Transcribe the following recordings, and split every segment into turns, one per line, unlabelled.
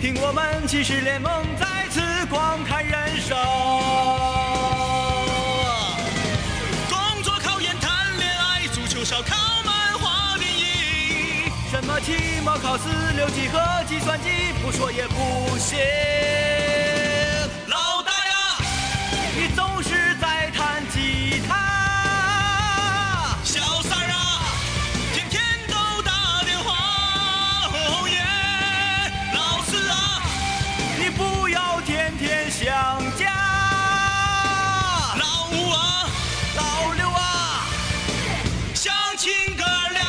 听我们骑士联盟再次光看人生。工作、考研、谈恋爱，足球、烧烤、漫画、电影，什么期末考试、六级和计算机，不说也不行。老大呀，你总是在弹吉他。小三儿啊，天天都打电话。哦耶，老四啊，你不要天天想家。老五啊，老六啊，想亲哥俩。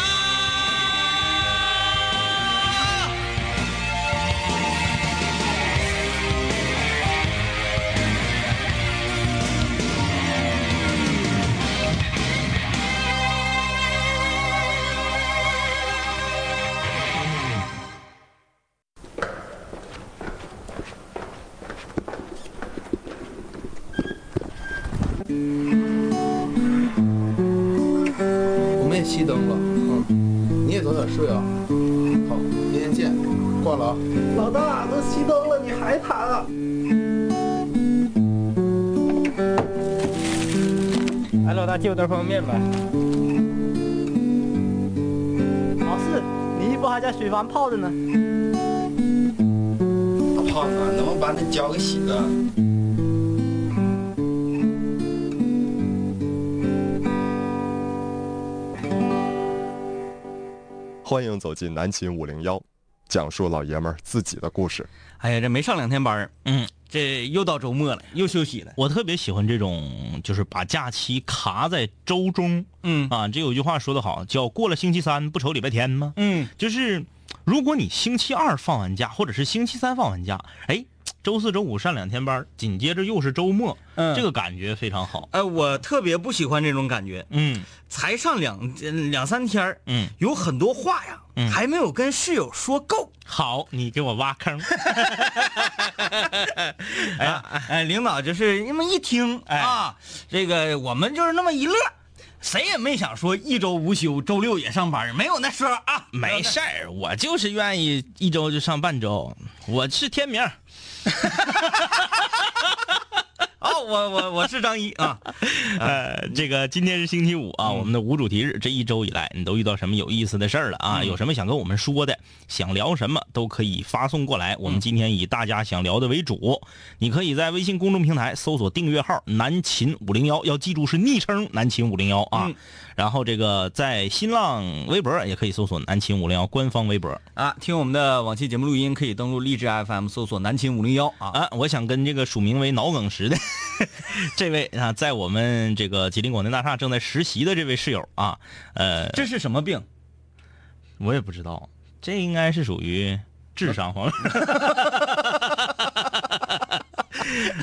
我们也熄灯了，嗯，你也早点睡啊。好，明天见，挂了啊。
老大，都熄灯了，你还弹啊？
哎，老大借我袋方便面呗。
老四，你衣服还在水房泡着呢。
大胖子，能不能把那脚给洗了？
欢迎走进南秦五零幺，讲述老爷们儿自己的故事。
哎呀，这没上两天班儿，
嗯，
这又到周末了，又休息了。
我特别喜欢这种，就是把假期卡在周中
嗯
啊。这有句话说得好，叫“过了星期三不愁礼拜天”吗？
嗯，
就是如果你星期二放完假，或者是星期三放完假，哎，周四周五上两天班，紧接着又是周末，
嗯
这个感觉非常好。
哎，我特别不喜欢这种感觉，
嗯
才上两两三天儿
嗯，
有很多话呀，
嗯
还没有跟室友说够。
好，你给我挖坑。
哎呀， 哎，领导就是那么一听，
哎
啊，这个我们就是那么一乐，谁也没想说一周无休，周六也上班，没有那说啊，
嗯
没事儿，我就是愿意一周就上半周，我是天明。
哦，我我我是张一啊，
呃，这个今天是星期五啊，我们的无主题日。这一周以来，你都遇到什么有意思的事儿了啊？有什么想跟我们说的，想聊什么都可以发送过来。我们今天以大家想聊的为主，你可以在微信公众平台搜索订阅号“南秦五零幺”，要记住是昵称“南秦五零幺”啊。
嗯
然后这个在新浪微博也可以搜索“南秦五零幺”官方微博。
啊，听我们的往期节目录音，可以登录荔枝 FM 搜索南秦五零幺啊。
啊，我想跟这个署名为脑梗石的 这位啊，在我们这个吉林广电大厦正在实习的这位室友啊，呃，
这是什么病？
我也不知道，这应该是属于智商方面。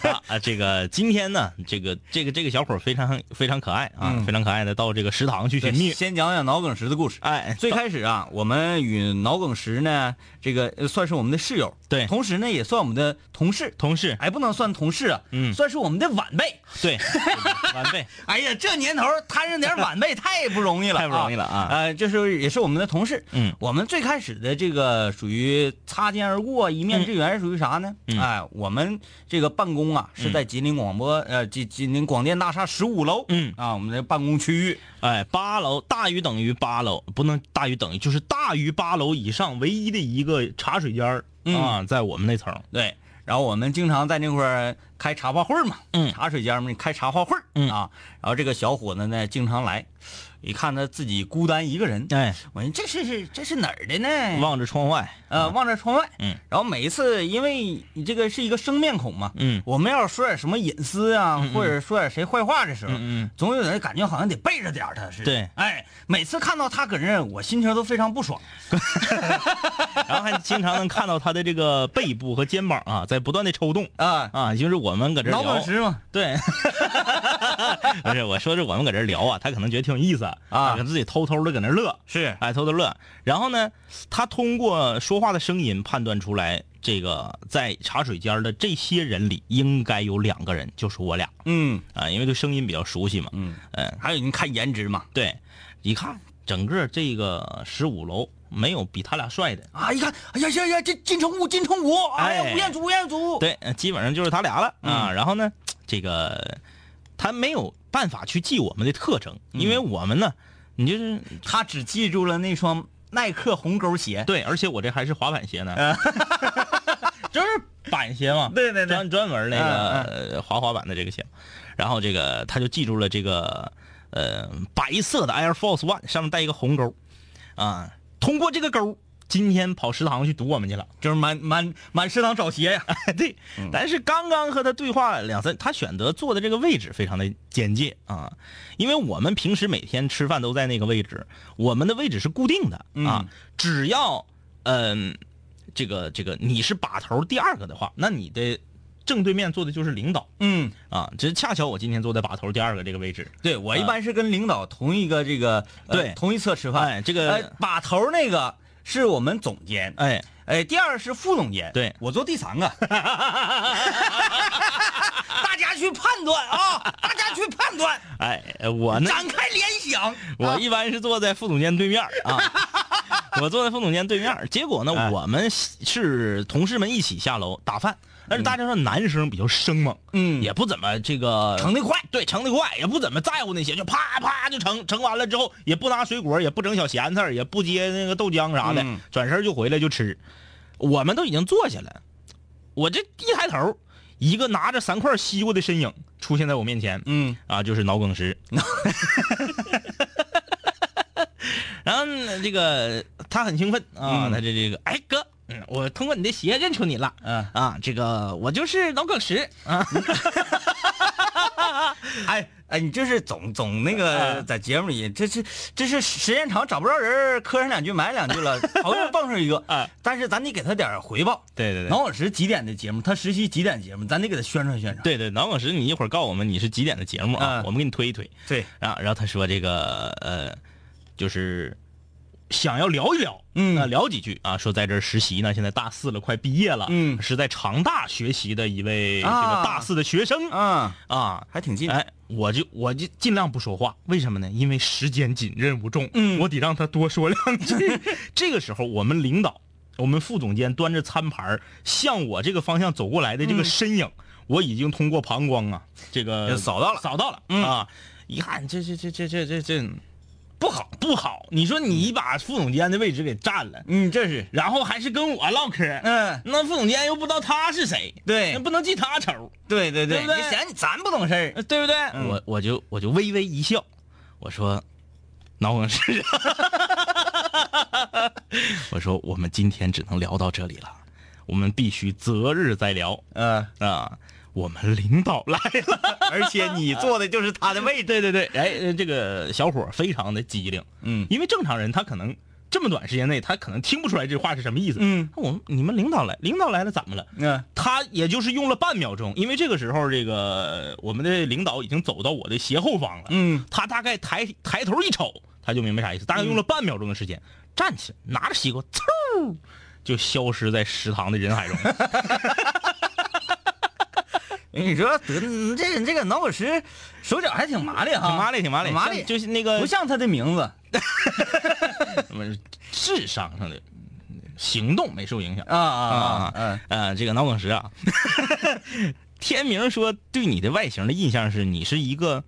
啊啊，这个今天呢，这个这个这个小伙儿非常非常可爱啊，
嗯
非常可爱的到这个食堂去寻觅。
先讲讲脑梗石的故事。
哎，
最开始啊，我们与脑梗石呢，这个呃算是我们的室友，
对
同时呢也算我们的同事，
同事
哎，不能算同事啊，
嗯
算是我们的晚辈。
对 晚辈，
哎呀，这年头摊上点晚辈太不容易了，
太不容易了啊
呃，这是也是我们的同事，
嗯
我们最开始的这个属于擦肩而过、一面之缘，属于啥呢？
嗯
哎，我们这个办公啊是在吉林广播呃吉吉林广电大厦十五楼，
嗯
啊，我们的办公区域，
哎，八楼大于等于八楼，不能大于等于，就是大于八楼以上唯一的一个茶水间儿、
嗯
啊，在我们那层儿。
对。然后我们经常在那块儿开茶话会儿嘛，
嗯
茶水间嘛，开茶话会儿
嗯
啊。然后这个小伙子呢，经常来，一看他自己孤单一个人，
哎，
我说这是是这是哪儿的呢？
望着 窗外，
呃，望着窗外，
嗯，
然后每一次，因为你这个是一个生面孔嘛，
嗯
我们要是说点什么隐私啊，或者说点谁坏话的时候，
嗯嗯
总有人感觉好像得背着点儿他似的。
对
哎，每次看到他搁那儿，我心情都非常不爽。
然后还经常能看到他的这个背部和肩膀啊，在不断的抽动。
啊、
啊，就是我们搁这儿
老
聊
本，事嘛，
对， 不是我说是我们搁这儿聊啊，他可能觉得挺有意思
啊
搁自己偷偷的搁那儿乐，
是
哎，偷偷乐。然后呢，他通过说话的声音判断出来，这个在茶水间的这些人里应该有两个人，就是我俩
嗯
啊，因为对声音比较熟悉嘛。
嗯，
嗯，
还有你看颜值嘛，
对，一看整个这个十五楼没有比他俩帅的。
啊，一看，哎呀呀呀，这金城武，金城武，哎呀，
哎
吴彦祖，吴彦祖，
对，呃基本上就是他俩了啊。然后呢，这个他没有办法去记我们的特征，因为我们呢，你就是
他只记住了那双耐克红勾鞋，
对，而且我这还是滑板鞋呢，就是板鞋嘛，
对对对嗯
专专门那个呃滑滑板的这个鞋。然后这个他就记住了这个呃白色的 Air Force One，上面带一个红勾啊。通过这个勾，今天跑食堂去堵我们去了。
就是满满满食堂找鞋呀。
哎， 对，但是刚刚和他对话两三，他选择坐的这个位置非常的简介啊，因为我们平时每天吃饭都在那个位置，我们的位置是固定的啊，只要嗯、这个这个你是把头第二个的话，那你的正对面坐的就是领导
嗯，
啊，这恰巧我今天坐在把头第二个这个位置，
对我一般是跟领导同一个这个呃
嗯对
同一侧吃饭，
哎这个
呃把头那个是我们总监，
哎，
哎，第二是副总监，
对
我做第三个。 大家去判断啊！大家去判断，
哎，我呢，
展开联想。
我一般是坐在副总监对面儿 啊，我坐在副总监对面儿。结果呢，
哎
我们是同事们一起下楼打饭，但是大家说男生比较生猛，
嗯
也不怎么这个
成得快，
对，成得快，也不怎么在乎那些，就啪啪就成成完了之后，也不拿水果，也不整小咸菜儿，也不接那个豆浆啥的，
嗯
转身就回来就吃。我们都已经坐下了，我这一抬头，一个拿着三块西瓜的身影出现在我面前，
嗯，
啊，就是脑梗石。 然后呢这个他很兴奋啊，他这这个，哎哥，嗯我通过你的鞋认出你了，
嗯
啊，这个我就是脑梗石啊，
哎哎，你这是总总那
嗯
个在节目里，这是这是时间长找不着人儿，磕上两句埋两句 了，好不容易蹦上一个。
哎
但是咱得给他点儿回报。
对对对
脑老师几点的节目？他实习几点节目？咱得给他宣传宣传。
对对，脑梗石，你一会儿告诉我们你是几点的节目啊，
嗯
我们给你推一推。
对，
然后然后他说这个呃，就是想要聊一聊，
嗯
啊聊几句啊，说在这儿实习呢，现在大四了，快毕业了，
嗯
是在长大学习的一位这
啊
个大四的学生
嗯，
啊
还挺近。
哎，我就我就尽量不说话，为什么呢？因为时间紧，任务重，
嗯
我得让他多说两 句。这个时候，我们领导，我们副总监端着餐盘儿向我这个方向走过来的
嗯
这个身影，我已经通过膀胱啊，这个
就扫到了嗯
扫到了、啊！一看，这这这这这这这不好不好，你说你把副总监的位置给占了，
嗯，这是
然后还是跟我唠嗑，
嗯，
那副总监又不知道他是谁，
对
那不能记他仇。
对对
对不对
你嫌你咱不懂事儿。嗯
呃对不对？我我就我就微微一笑，我说，脑梗是， 我说我们今天只能聊到这里了，我们必须择日再聊
嗯，
啊。我们领导来了，
而且你坐的就是他的 位置。
对对对，哎，呃这个小伙儿非常的机灵，
嗯
因为正常人他可能这么短时间内他可能听不出来这话是什么意思，
嗯，
我们你们领导来，领导来了怎么了？
嗯
他也就是用了半秒钟，因为这个时候，这个我们的领导已经走到我的斜后方了。
嗯，
他大概抬抬头一瞅，他就明白啥意思，大概用了半秒钟的时间，站起来拿着西瓜，嗖，就消失在食堂的人海中。
哎你说得你这个这个脑粉石手脚还挺麻利哈，
挺麻利，挺麻利，
麻
像
利，
就是那个
不像他的名字
什么智商上的行动没受影响
啊啊啊！嗯，
呃，这个脑梗石啊， 天明说对你的外形的印象是你是一个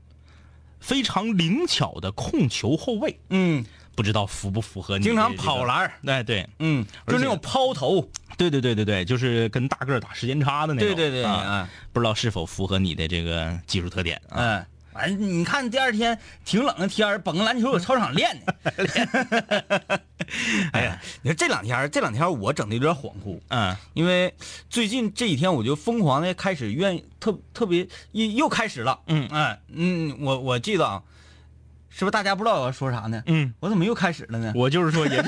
非常灵巧的控球后卫，
嗯，
不知道符不符合你、
经常跑篮。儿，
哎，对，
嗯，
而
就
且
那种抛投，
对对对对对，就是跟大个儿打时间差的那种。
对对对
啊，不知道是否符合你的这个技术特点啊？
嗯，完、你看第二天挺冷的天儿，捧个篮球搁操场练呢。 哎呀，你说这两天儿这两天儿我整的有点恍惚，
嗯
因为最近这几天我就疯狂的开始愿意特特别又又开始了，
嗯
哎嗯，我我记得啊，是不是大家不知道我要说啥呢？
嗯，
我怎么又开始了呢？
我就是说也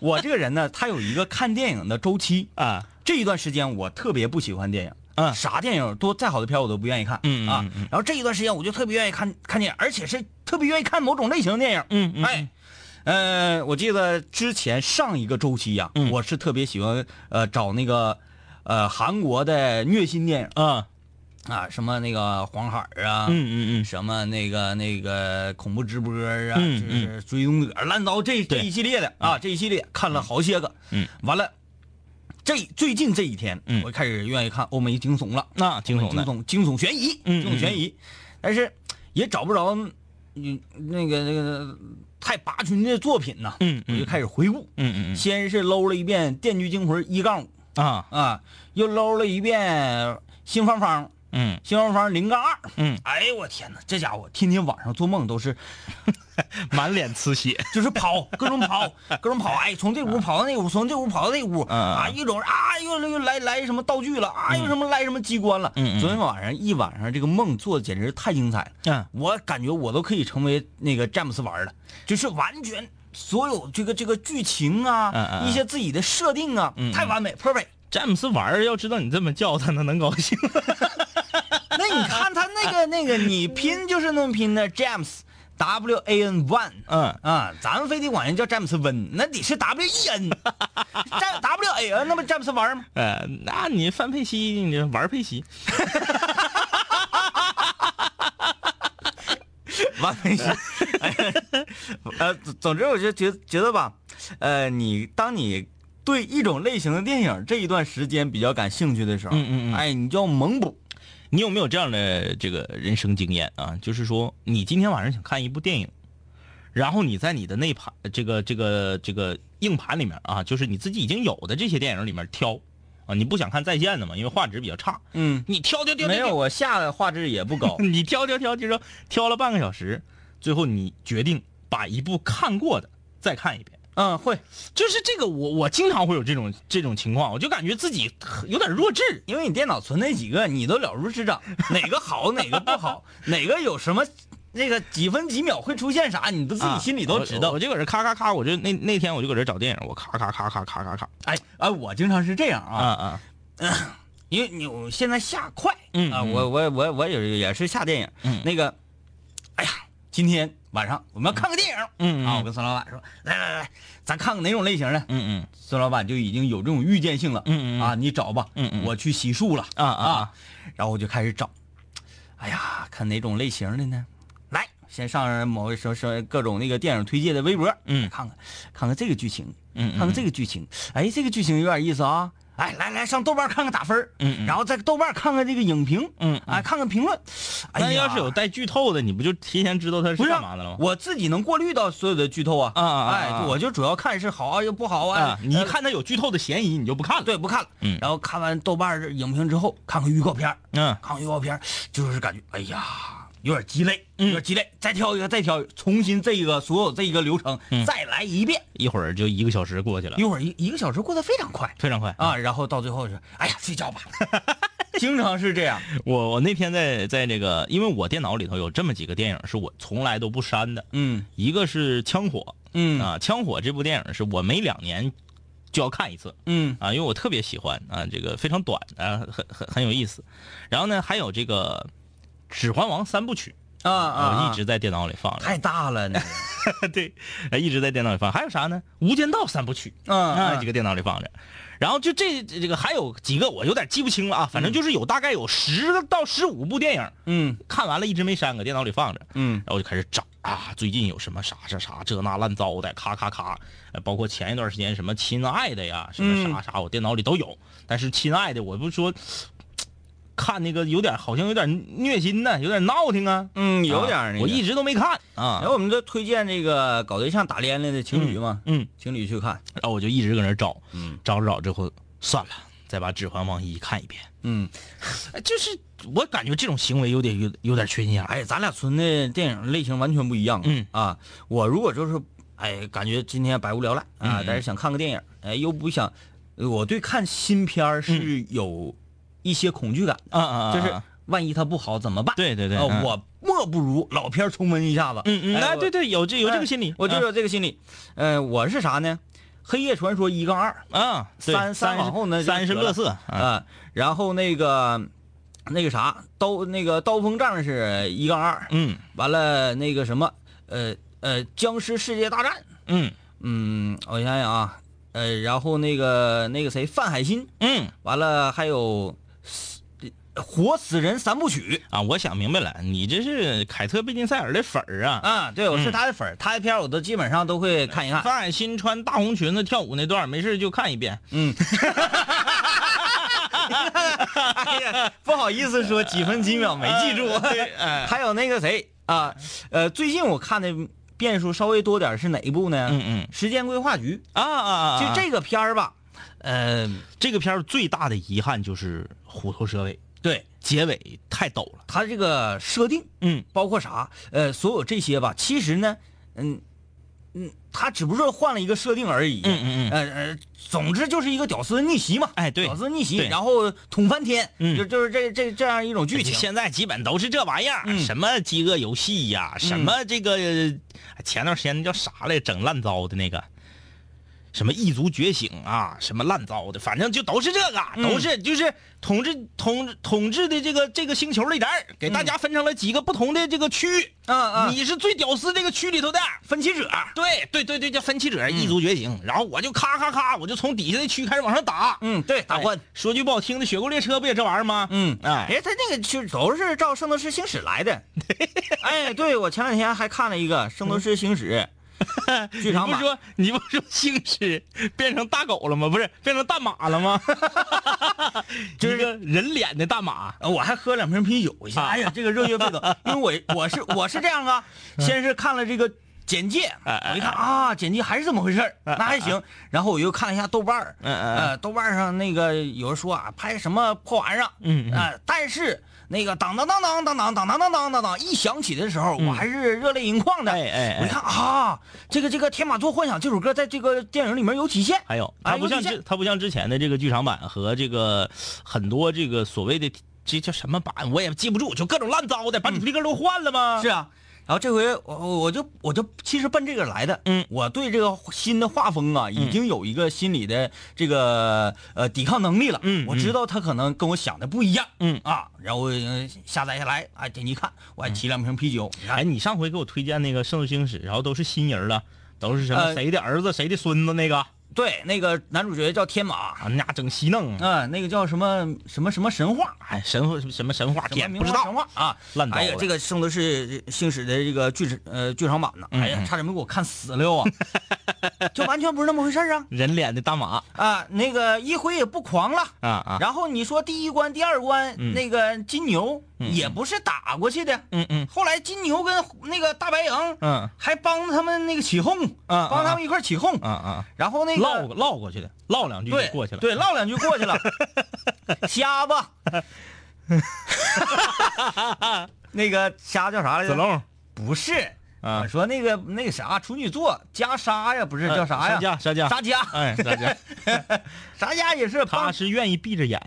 我这个人呢，他有一个看电影的周期，
啊，
这一段时间我特别不喜欢电影，
嗯
啥电影多再好的片儿我都不愿意看，
嗯嗯
啊
嗯，
然后这一段时间我就特别愿意看看电影，而且是特别愿意看某种类型的电影，
嗯嗯
哎。呃，我记得之前上一个周期啊呀、
嗯
我是特别喜欢呃找那个呃韩国的虐心电影，
啊
啊，什么那个黄海儿啊，
嗯嗯
什么那个那个恐怖直播啊，
嗯
就
嗯
是追踪者、烂刀这这
对
一系列的啊，这一系列看了好些个，
嗯，
完了，这最近这一天，
嗯
我开始愿意看欧美惊悚了，
嗯，啊，惊悚
惊
的，
悚惊悚悬疑，
嗯
惊悚悬疑，但是也找不着嗯那个那个太拔群的作品呐，
嗯
我就
嗯
开始回顾，
嗯嗯
先是搂了一遍《电锯惊魂》一杠五
嗯啊，
啊，又搂了一遍《新芳芳》。
嗯
新东方零杠二，
嗯，
哎呦我天哪，这家伙天天晚上做梦都是，
满脸呲血，
就是跑，各种 跑，各种跑，哎，从这屋跑到那屋，从这屋跑到那屋，
啊嗯
啊，一种啊，又又来来什么道具了，啊，又什么来什么机关了，
嗯嗯
昨天晚上一晚上这个梦做的简直太精彩了，
嗯
我感觉我都可以成为那个詹姆斯玩儿了，就是完全所有这个这个剧情啊，
嗯嗯嗯
一些自己的设定啊，
嗯嗯
太完美，perfect。
詹姆斯玩儿要知道你这么叫他，他能高兴。
那你看他那个那个，你拼就是那么拼的，James W A N one。
嗯
啊，咱们非得管人叫詹姆斯温，那得是 W E N，詹 W A N，那不詹姆斯玩吗？
呃，那你范佩西，你玩佩西，
完没 事。哎 呃，总总之我就觉觉得吧，呃，你当你对一种类型的电影这一段时间比较感兴趣的时候，
嗯嗯嗯
哎，你就要猛补。
你有没有这样的这个人生经验啊？就是说，你今天晚上想看一部电影，然后你在你的内盘这个这个这个硬盘里面啊，就是你自己已经有的这些电影里面挑啊，你不想看在线的嘛，因为画质比较差，
嗯，
你挑挑挑挑，，
没有，我下的画质也不高
你挑挑挑，就是说挑了半个小时，最后你决定把一部看过的再看一遍。
嗯，会，
就是这个我，我经常会有这种这种情况，我就感觉自己有点弱智。
因为你电脑存那几个，你都了如指 掌，哪个好，哪个不好，哪个有什么，那个几分几秒会出现啥，你都自己心里都知
啊我
道
我。就搁这咔咔咔，我就那那天我就搁这找电影，我咔咔咔咔咔咔咔，
哎哎，我经常是这样啊，
啊，
因为你我现在下快，
嗯
啊，
嗯
我我我我也也是下电影，
嗯
那个，哎呀，今天晚上我们要看个电影，
嗯嗯
啊，我跟孙老板说，来来来，咱看个哪种类型的，
嗯嗯
孙老板就已经有这种预见性了，
嗯嗯嗯
啊，你找吧，
嗯嗯
我去洗漱了，
啊啊
啊，然后我就开始找，哎呀，看哪种类型的呢？来，先上某什什各种那个电影推荐的微博，
嗯
看看看看这个剧情，
嗯嗯
看看这个剧情，哎，这个剧情有点意思啊。哎，来来，上豆瓣看看打分儿
嗯嗯
然后在豆瓣看看这个影评，
嗯嗯
啊，看看评论。哎
那
呀，
要是有带剧透的，你不就提前知道他
不
是
是
干嘛的了吗？
我自己能过滤到所有的剧透啊
啊啊啊啊
哎，我就主要看是好啊又不好
啊
啊，，
你一
呃
看他有剧透的嫌疑，你就不看了。
对，不看了。
嗯
然后看完豆瓣儿影评之后，看看预告片儿
嗯
看完预告片儿就是感觉，哎呀，有点鸡肋，
嗯
有点鸡肋。再挑一个，再挑一个，重新这一个所有这一个流程、
嗯
再来一遍。
一会儿就一个小时过去了
一，会儿一一个小时过得非常快
非常快！
啊，然后到最后是，哎呀，睡觉吧。 经常是这 样，
我我那天在在这个，因为我电脑里头有这么几个电影是我从来都不删的，
嗯
一个是《枪火》
嗯
啊，《枪火》这部电影是我每两年就要看一次，
嗯
啊，因为我特别喜欢啊，这个非常短啊，很很很有意思。然后呢，还有这个《指环王》三部曲
啊啊
啊，
啊
一直在电脑里放着，
太大了，那个
对，啊一直在电脑里放。还有啥呢？《无间道》三部曲
嗯
啊，
嗯
几个电脑里放着。然后就这这个还有几个我有点记不清了啊，反正就是有大概有十到十五部电影，
嗯
看完了一直没删，搁电脑里放着。
嗯
然后我就开始找啊，最近有什么啥啥啥这那烂糟的，咔咔咔，呃包括前一段时间什么亲爱的呀，什么
嗯
啥啥，我电脑里都有。但是亲爱的，我不是说看那个有点好像有点虐心呐，有点闹挺啊，
嗯，有点儿
啊
那个。
我一直都没看啊
然。后我们就推荐这个搞对象打恋爱的情侣嘛，
嗯，
情侣去看，
然后我就一直搁那找，
嗯
找着找之后，算了，再把《指环王一》看一遍。
嗯，
哎就是我感觉这种行为有点有有点缺心眼儿。
哎，咱俩存的电影类型完全不一样。
嗯
啊，我如果就是哎，感觉今天百无聊赖啊，
嗯嗯
但是想看个电影，哎，又不想，呃我对看新片儿是有一些恐惧感的，
啊啊啊！
就是
啊
万一它不好怎么办？
对对对
啊
嗯
我莫不如老片儿重温一下子。
嗯嗯，
哎
哎
我
对对，有这有这
哎
个心理，
我就
啊
有这个心理。呃，我是啥呢？《黑夜传说》一杠二，
啊，对
三三
三
往
是
后呢就
三是
得
乐
了
色啊，
啊，然后那个那个啥刀那个刀锋战士一杠二，
嗯
完了那个什么呃呃僵尸世界大战，
嗯
嗯，我想想啊，呃，然后那个那个谁范海辛，
嗯
完了还有活死人三部曲
啊，我想明白了，你这是凯特·贝金赛尔的粉儿啊。
啊，对，我是他的粉儿，他的片儿我都基本上都会看一看。
范海辛穿大红裙子跳舞那段，没事就看一遍。
嗯， 哎呀，不好意思说几分几秒没记 住。
哎
还有那个谁啊，呃，最近我看的变数稍微多点儿是哪一部呢？
嗯嗯
时间规划局。
啊啊啊！
就
啊
这个片儿吧，呃，
这个片儿最大的遗憾就是虎头蛇尾，
对
结尾太陡了。
它这个设定，
嗯，
包括啥，呃，所有这些吧，其实呢，嗯。嗯，他只不过换了一个设定而已。
嗯嗯嗯
呃呃，总之就是一个屌丝逆袭嘛。
哎对
屌丝逆袭，
对
然后捅翻天，
嗯哎
就就是这这这样一种剧情。
现在基本都是这玩意儿，
嗯
什么饥饿游戏呀、什么这个呃前段时间那叫啥来，整烂糟的那个。什么异族觉醒啊，什么烂糟的，反正就都是这个，都
嗯
是就是统治统统治的这个这个星球里边儿，给
嗯
大家分成了几个不同的这个区域，
啊啊
你是最屌丝这个区里头的分歧者，对对对对，叫分歧者，
嗯
异族觉醒，然后我就咔咔咔，我就从底下那区开始往上打，
嗯，对，打
哎
官。
说句不好听的，雪国列车不也这玩意儿吗？
嗯，
哎，
哎，他那个就都是照《圣斗士星矢》来 的。哎，对，我前两天还看了一个《圣斗士星矢》 剧场
你不
版。
说你不说星矢变成大狗了吗？不是变成大马了吗？ 就是个人脸的大马。
呃我还喝两瓶啤酒，一
啊
下，哎呀，这个热血沸 腾！因为我我是我是这样啊，
嗯
先是看了这个简介，
哎
我一看啊，简介还是这么回事儿那还行。然后我又看了一下豆瓣儿，
嗯
呃，豆瓣儿上那个有人说啊，拍什么破玩意儿，
嗯嗯
啊，但是那个当当当当当当当当当当当当一响起的时候，我还是热泪盈眶的。
嗯哎哎哎
我一看啊，这个这个《天马座幻想》这首歌在这个电影里面有体现，
还有，
哎
它不像
有体现
之它不像之前的这个剧场版和这个很多这个所谓的这叫什么版，我也记不住，就各种烂糟的，把你这歌都换了吗？
是啊，然后这回我我我就我就其实奔这个来的，
嗯
我对这个新的画风啊，已经有一个心理的这个呃抵抗能力了，
嗯
我知道他可能跟我想的不一样，
嗯
啊，然后呃下载下来，哎，这一看，我还提两瓶啤酒，你看
哎，你上回给我推荐那个《圣斗士星矢》，然后都是新人了，都是什么
呃
谁的儿子、谁的孙子那个啊，
对，那个男主角叫天马，
那家整稀弄啊，
嗯，那个叫什么什么什么神话。
哎，神什么神话
什么
天
名
不知
画
道
神话啊，
烂糟
哎呀
嗯了，
这个《圣斗士星矢》的这个剧呃剧场版呢，
嗯
哎呀，差点没给我看死了 啊！就完全不是那么回事儿啊！
人脸的大马
啊，那个一辉也不狂了。
啊啊，
然后你说第一关、第二关、
嗯
那个金牛、也不是打过去的，
嗯嗯
后来金牛跟那个大白羊，
嗯
还帮他们那个起哄，
啊
帮他们一块儿起哄，
啊啊，
然后那个
唠唠过去的，唠两句就
对
过去了。
对，唠两句过去 了，瞎子，那个瞎叫啥来
子
着？
龙
不是，
啊
我说那个那个啥处女座袈裟呀，不
呃
是叫啥呀？
沙家沙家
沙家，
哎，沙家，
沙家也是
他
帮
是嗯愿意闭着眼，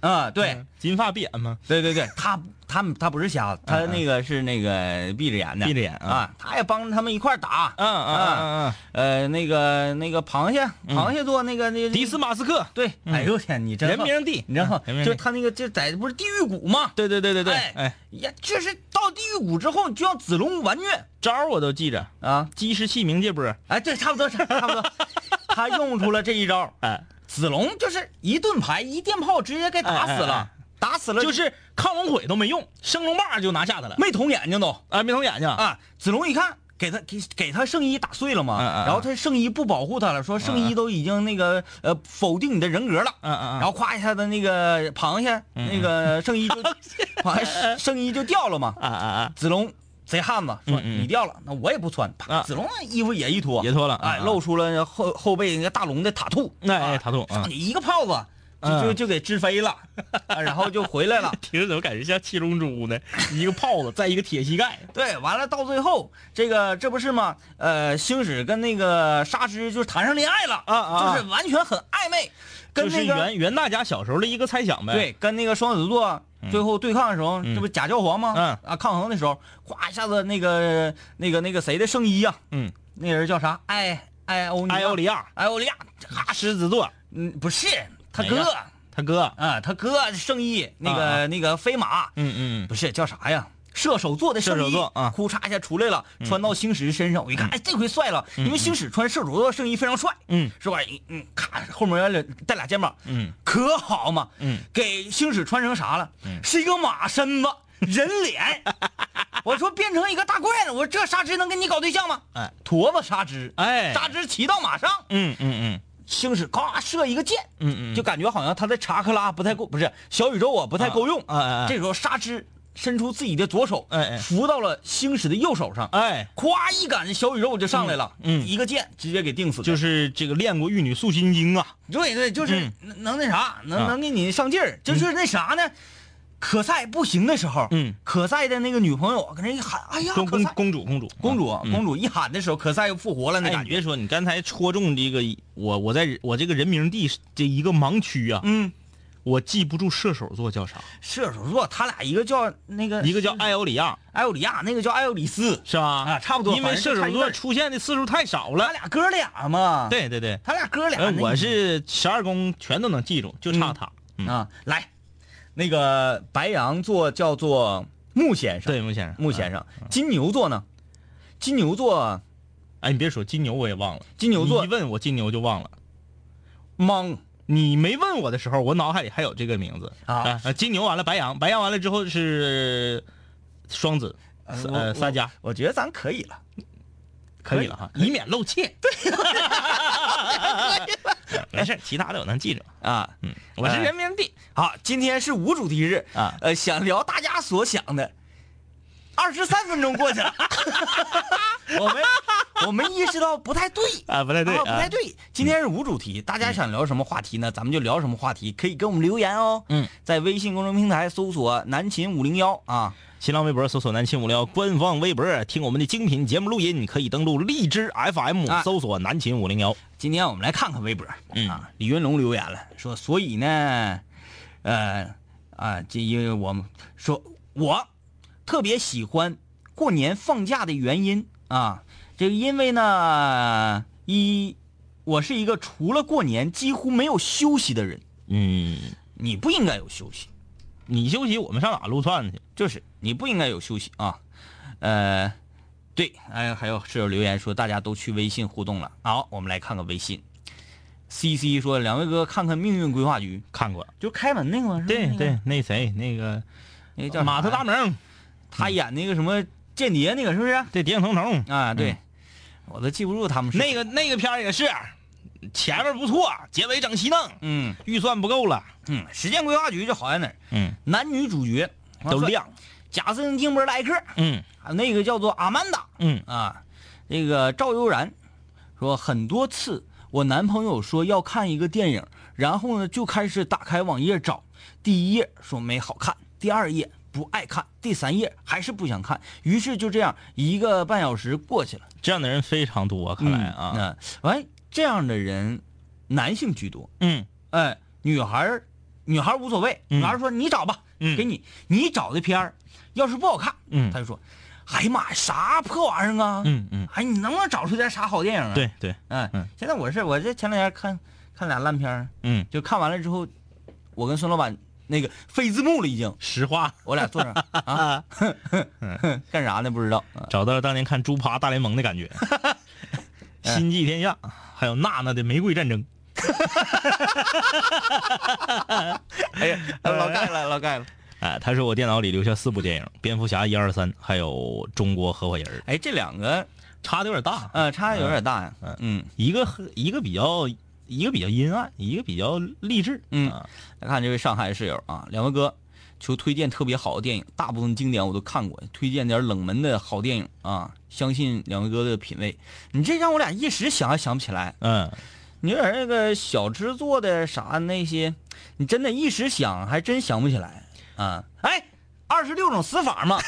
啊，对。
金发碧眼吗？
对对对，他他们他不是瞎子，他那个是那个闭着眼的，
嗯闭着眼啊
啊，他也帮着他们一块儿打，
嗯嗯嗯嗯
呃，那个那个螃蟹，螃蟹座那个那
嗯，迪斯马斯克，
对，哎呦我天，你真
人
好
名地
你真好
嗯人，名
就
地
他那个就在不是地狱谷嘛，
对对对对对，
哎
哎，
呀，就是到地狱谷之后就像子龙完虐
招儿我都记着，
啊，
鸡是气冥界波，
哎，对，差不多差不多，他用出了这一招，
哎，
子龙就是一盾牌一电炮直接给打死
哎哎
了，打死了
就是亢龙腿都没用，升龙霸就拿下他了，
没捅眼睛都。
啊，没捅眼睛，
啊，子龙一看。给他给给他圣衣打碎了嘛，
嗯嗯嗯
然后他圣衣不保护他了，说圣衣都已经那个呃否定你的人格了，
嗯嗯嗯
然
嗯
后咵一下子那个螃蟹、那个圣衣就 螃蟹圣衣就掉了嘛，
啊啊啊，
子龙贼汉子说
嗯嗯
你掉了，那我也不穿，啪，
啊
子龙衣服也一脱，
也脱了
哎，
嗯嗯
露出了后后背那个大龙的塔兔，
哎哎
啊
塔兔
上
嗯
去一个炮子就就就给支飞了，啊然后就回来 了。
听着怎么感觉像七龙珠呢？一个炮子，再一个铁膝盖，
对，完了到最后，这个这不是吗？呃，星矢跟那个沙织就谈上恋爱了
啊啊
就是完全很暧昧，跟
就是
那个、
袁袁大家小时候的一个猜想呗，
对，跟那个双子座最后对抗的时候，这不假教皇吗？
嗯
啊，抗衡的时候，咵一下子那个那个那个谁的圣衣呀、
嗯，
那人叫啥？艾艾欧尼亚啊
艾欧里亚，
艾欧利亚，啊，
狮子座，
嗯，不是他
哪
哥
个他哥，
啊，他哥圣衣那个、
啊
那个飞马，
嗯嗯，
不是叫啥呀？射手座的
射手
圣衣
座啊嗯
裤衩一下出来了，穿到星矢身上，我一看，哎，这回帅了，因为星矢穿射手座圣衣非常帅，
嗯，
是吧？嗯，咔，后面有俩带俩肩膀，
嗯，
可好嘛，
嗯，
给星矢穿成啥了？是一个马身子，人脸， 我说变成一个大怪了，我说这沙织能跟你搞对象吗？
哎，
驮吧沙织，
哎
沙织骑到马上，
嗯嗯
星矢咔射一个箭，
嗯嗯
就感觉好像他在查克拉不太够，不是小宇宙啊不太够用
啊啊啊
这时候沙织伸出自己的左手，
哎哎
扶到了星矢的右手上，
嗯，哎，
夸一杆小宇宙就上来了，
嗯嗯
一个箭直接给定死了。
就是这个练过玉女素心经啊，
对对，就是
嗯
能能那啥，
啊
能能给你上劲儿，就是那啥呢？可赛不行的时候，
嗯，
可赛的那个女朋友跟人一喊，哎呀，
公
可
公
赛
公主公主
公主
啊嗯
公主一喊的时候，可赛又复活了那
哎，
感
你别
觉，
说，你刚才戳中这个我，我在我这个人名地这一个盲区啊，
嗯，
我记不住射手座叫啥，
射手座他俩一个叫那个
一个叫艾欧里亚，
艾欧里亚，那个叫艾欧里斯，
是吧？
啊差不多
因为射手
反正就差一个
座
字儿
出现的次数太少
他
了。
俩哥俩嘛，，
对对对，
他俩哥俩
呃，
那
我
个
是十二宫全都能记住，就差他。嗯，
啊，来，那个白羊座叫做木先生，
对，啊木先生，
木先生，金牛座呢？金牛座
哎，你别说金牛，我也忘了。
金牛座
你一问我金牛就忘了。
懵，
你没问我的时候，我脑海里还有这个名字
啊
啊金牛完了白羊，白羊完了之后是双子，呃，三家
我觉得咱可以了。
可以了哈，以免露怯。对，没事，其他的我能记着。
啊，
嗯，我是人民币。
好，今天是无主题日
啊
呃，想聊大家所想的。二十三分钟过去 了， 我们我们意识到不太对
啊不太对
啊不
啊嗯
太对。今天是无主题，大家想聊什么话题呢？咱们就聊什么话题，可以给我们留言哦。
嗯，
在微信公众平台搜索“南秦五零幺”啊，
新浪微博搜索“南秦五聊”，官方微博听我们的精品节目录音，你可以登录荔枝 FM
啊
搜索“南秦五零幺
今天我们来看看微博，
嗯
啊，李云龙留言了，说所以呢，呃啊，这因为我们说我特别喜欢过年放假的原因啊，这个因为呢，一我是一个除了过年几乎没有休息的人，”。
嗯，
你不应该有休息，
你休息，我们上哪撸串去？
就是你不应该有休息啊，呃，对，哎，还有室友留言说大家都去微信互动了，好，我们来看看微信。C C 说：“两位哥，看看命运规划局，
看过，
就开门那个吗？是不是
对
那个，
对，那谁，那个
那个哎叫
马特大
明，
明，
他演那个什么间谍那个是不是？
对，谍影重重，
啊，对，我都记不住他们是
那个那个片儿也是，前面不错，结尾整齐弄，
嗯
预算不够了，
嗯，时间规划局就好在哪儿，
嗯
男女主角
都亮，
贾斯汀·金伯莱克，
嗯
还有啊那个叫做阿曼达
嗯，
啊，那个赵悠然说很多次，我男朋友说要看一个电影，然后呢就开始打开网页找，第一页说没好看，第二页不爱看，第三页还是不想看，于是就这样一个半小时过去了。
这样的人非常多，看来
嗯
啊，
那完这样的人，男性居多。
嗯
哎，女孩儿，女孩儿无所谓，
嗯
女孩儿说你找吧，
嗯
给你你找的片儿，要是不好看，
嗯
他就说，哎呀妈呀，啥破玩意儿啊？
嗯嗯，
哎，你能不能找出点啥好电影啊？，
对对，
嗯
嗯，
现在我是我这前两天看看俩烂片儿，
嗯，
就看完了之后，我跟孙老板那个非字幕了已经，
实话。
我俩坐那儿啊， 干啥呢？不知道。啊
找到了当年看《猪扒大联盟》的感觉， 《星际天下》，还有娜娜的《玫瑰战争》。
哎呀，老 盖了，老盖了。
哎，他说我电脑里留下四部电影：《蝙蝠侠》一二三，还有《中国合伙人
哎，这两个》，
差的有点大。
呃差有点大呀。嗯，
一个和一个比较，一个比较阴暗，一个比较励志。
嗯
啊
来看这位上海室友啊，两位哥，求推荐特别好的电影，大部分经典我都看过，推荐点冷门的好电影啊，相信两位哥的品味。你这让我俩一时想也想不起来，
嗯，
你有点那个小制作的啥那些，你真的一时想还真想不起来啊。哎，二十六种死法嘛，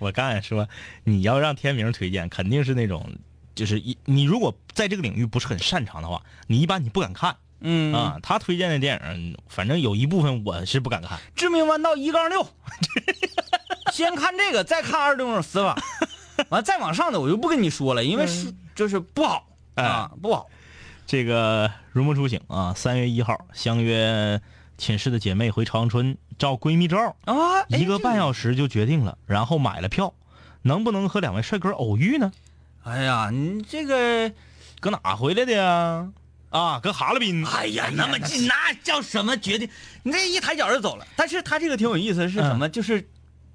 我刚才说你要让天明推荐，肯定是那种，就是一你如果在这个领域不是很擅长的话，你一般你不敢看
嗯，
啊。他推荐的电影，反正有一部分我是不敢看。
致命弯道一杠六， 先看这个，再看二十六种死法，完再往上的我就不跟你说了，因为是就是不好啊，不好。
这个如梦初醒啊，三月一号相约寝室的姐妹回长春照闺蜜照，
啊，哎
一个半小时就决定了，然后买了票，能不能和两位帅哥偶遇呢？
哎呀，你这个，
搁哪回来的呀？啊，搁哈尔滨。
哎呀，那么近，那叫什么决定？你这一抬脚就走了。但是他这个挺有意思，是什么？就是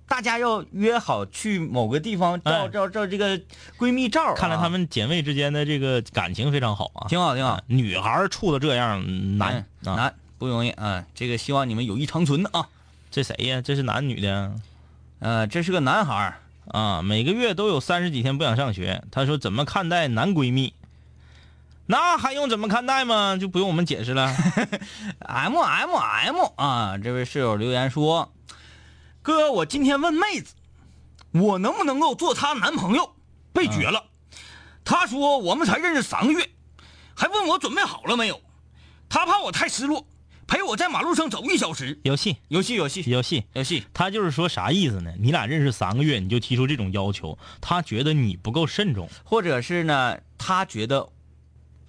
大家要约好去某个地方照
哎
照照这个闺蜜照啊。
看来她们姐妹之间的这个感情非常好啊。
挺好，挺好。
女孩儿处的这样难、
嗯
啊！
难不容易啊。这个希望你们友谊长存啊。
这谁呀？这是男女的呀
呃，这是个男孩儿，
啊？每个月都有三十几天不想上学。她说怎么看待男闺蜜？那还用怎么看待吗？就不用我们解释 了。
M M M 啊，这位室友留言说：“哥，我今天问妹子，我能不能够做她男朋友，被绝了。她说我们才认识三个月，还问我准备好了没有。她怕我太失落，陪我在马路上走一小时。
游戏，
有戏有戏
游戏。
有戏，
他就是说啥意思呢？你俩认识三个月你就提出这种要求，他觉得你不够慎重。
或者是呢，她觉得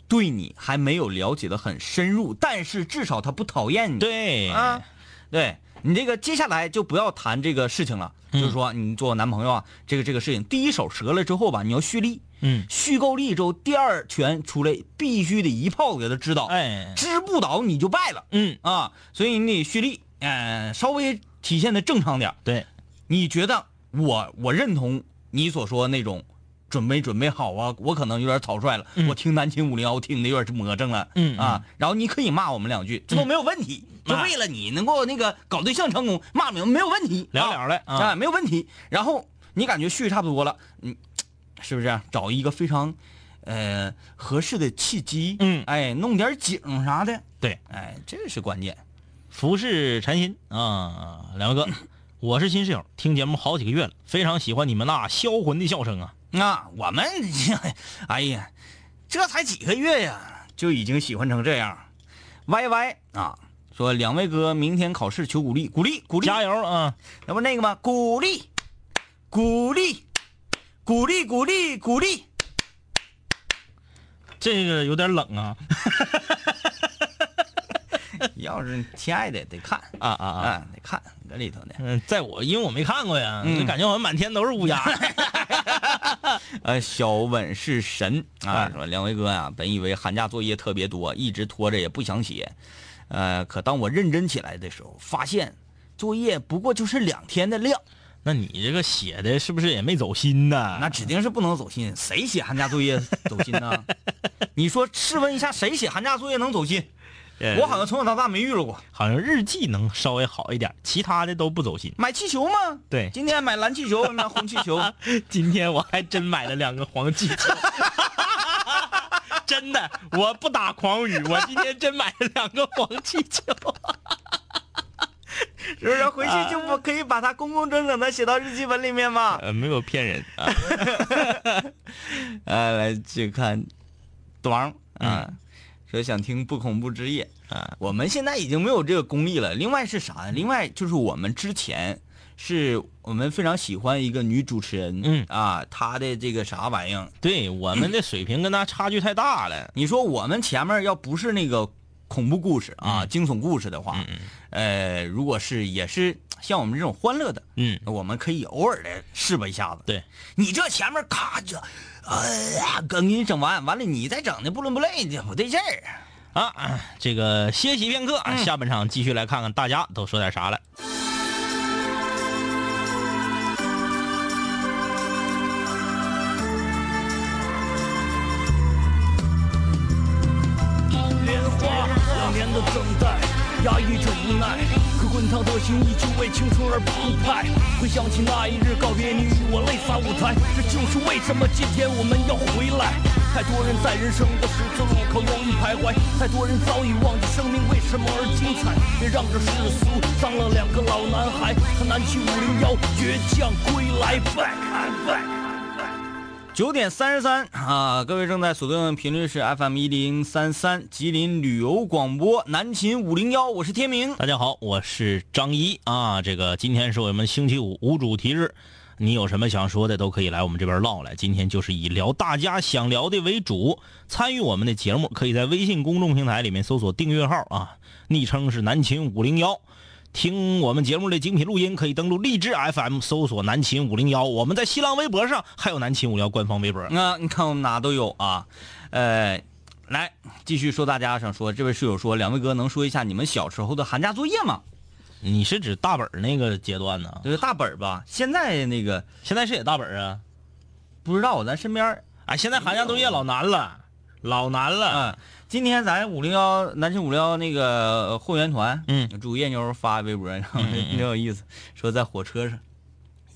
对你还没有了解的很深入，但是至少她不讨厌你。
对，
啊，对你这个接下来就不要谈这个事情了，就是说你做我男朋友啊，这个这个事情，第一手折了之后吧，你要蓄力，
嗯，
蓄够力之后，第二拳出来必须得一炮给他支倒，
哎，
支不倒你就败了
嗯，
啊，所以你得蓄力，呃，稍微体现的正常点儿。
对，
你觉得我我认同你所说那种。准没准备好啊？我可能有点草率了。我听南秦五零幺听的有点魔怔了。
嗯
啊，然后你可以骂我们两句，这都没有问题。就为了你能够那个搞对象成功，骂我们没有问题，
聊聊的
啊
啊
没有问题。然后你感觉絮差不多了，你是不是找一个非常呃合适的契机？
嗯
哎，弄点景啥的。
对，
哎，这是关键。
服侍禅心啊，两位哥，我是新室友，听节目好几个月了，非常喜欢你们那销魂的笑声啊。
那我们， 哎呀，这才几个月呀，就已经喜欢成这样。Y Y 啊，说两位哥明天考试求鼓励，鼓励，鼓励，
加油啊！
那不那个吗？鼓励，鼓励，鼓励，鼓励，鼓励。
这个有点冷啊
要是亲爱的得看
啊啊啊！
啊，得看这里头的。
嗯，在我因为我没看过呀，
嗯
就感觉好像满天都是 乌鸦。
呃，小稳是神啊
哎，
说两位哥呀、本以为寒假作业特别多，一直拖着也不想写，呃，可当我认真起来的时候，发现作业不过就是两天的量，
那你这个写的是不是也没走心呢？
那指定是不能走心。谁写寒假作业走心 呢？你说试问一下，谁写寒假作业能走心？
呃
我好像从小到大没遇着过。
好像日记能稍微好一点，其他的都不走 心。
买气球吗？
对
今天买蓝气球，买红气 球。
今天我还真买了两个黄气球， 真的，我不打诳语，我今天真买了两个黄气球。
是不是回去就不可以把它工工整整的写到日记本里面吗？
呃，没有骗人啊。
呃，来去看，短啊，说想听不恐怖之夜
啊，
我们现在已经没有这个功力了。另外是啥呢？另外就是我们之前是我们非常喜欢一个女主持人，
嗯
啊，她的这个啥玩意儿？
对我们的水平跟他差距太大了。
你说我们前面要不是那个恐怖故事啊、惊悚故事的话，呃，如果是也是像我们这种欢乐的，
嗯
我们可以偶尔的试吧一下子。
对，
你这前面咔这，哎呀，刚给你整完，完了你再整的不伦不类的，不对劲儿。
啊，这个歇息片刻，
嗯
啊，下半场继续来看看大家都说点啥了。
莲花，两年的等待，压抑着无奈。可滚烫的心依旧为青春而澎湃。回想起那一日告别你与我泪洒舞台，这就是为什么今天我们要回来。太多人在人生的十字路口犹豫徘徊，太多人早已忘记生命为什么而精彩。别让这世俗伤了两个老男孩，他南七五零幺倔强归来，back and back and back。
九点三十三啊，各位正在锁定的频率是 FM 一零三三吉林旅游广播南秦五零幺，我是天明。
大家好，我是张一啊。这个今天是我们星期五无主题日，你有什么想说的都可以来我们这边唠来。今天就是以聊大家想聊的为主，参与我们的节目，可以在微信公众平台里面搜索订阅号啊，昵称是南秦五零幺。听我们节目的精品录音，可以登录荔枝 FM 搜索“南秦五零幺”。我们在新浪微博上还有“南秦五零幺”官方微博。
那、啊你看我们哪都有啊，呃，来继续说大家想说，这位室友说，两位哥能说一下你们小时候的寒假作业吗？
你是指大本儿那个阶段呢？
就是大本儿吧，现在那个
现在是也大本儿啊？
不知道，咱身边儿
哎，现在寒假作业老难了，老难
嗯，
了。
今天咱五零幺南秦五零幺那个呃后援团，
嗯，
主页妞发微博，然后挺有意思，说在火车上，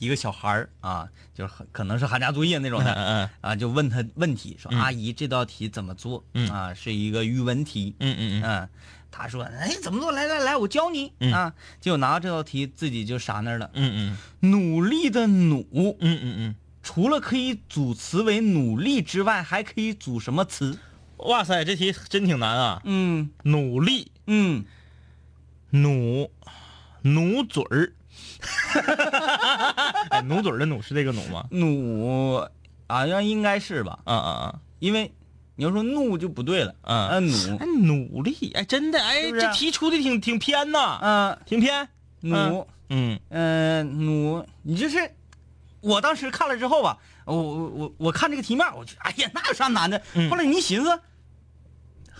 一个小孩儿啊，就是很可能是寒假作业那种的，
嗯
啊，就问他问题，说阿姨这道题怎么做？
嗯
啊，是一个语文题，
嗯嗯嗯
嗯，他说，哎，怎么做？来来来，我教你
嗯
啊，结果拿到这道题自己就傻那儿了，
嗯
努力的努，
嗯嗯嗯
除了可以组词为努力之外，还可以组什么词？
嗯。哇塞，这题真挺难啊！
嗯
努力
嗯。
努努嘴儿， 哎，努嘴儿的努是这个努吗？
怒啊，像应该是吧？
啊啊啊！
因为你要说怒就不对了，
嗯
啊怒，
哎，努力，哎，真的，哎，
是不是
这题出的挺挺偏呐，
啊
挺偏。
怒，
嗯
嗯、怒，你这是，我当时看了之后吧，我我我我看这个题面，我去，哎呀，那有啥难的？
嗯
后来你一寻思，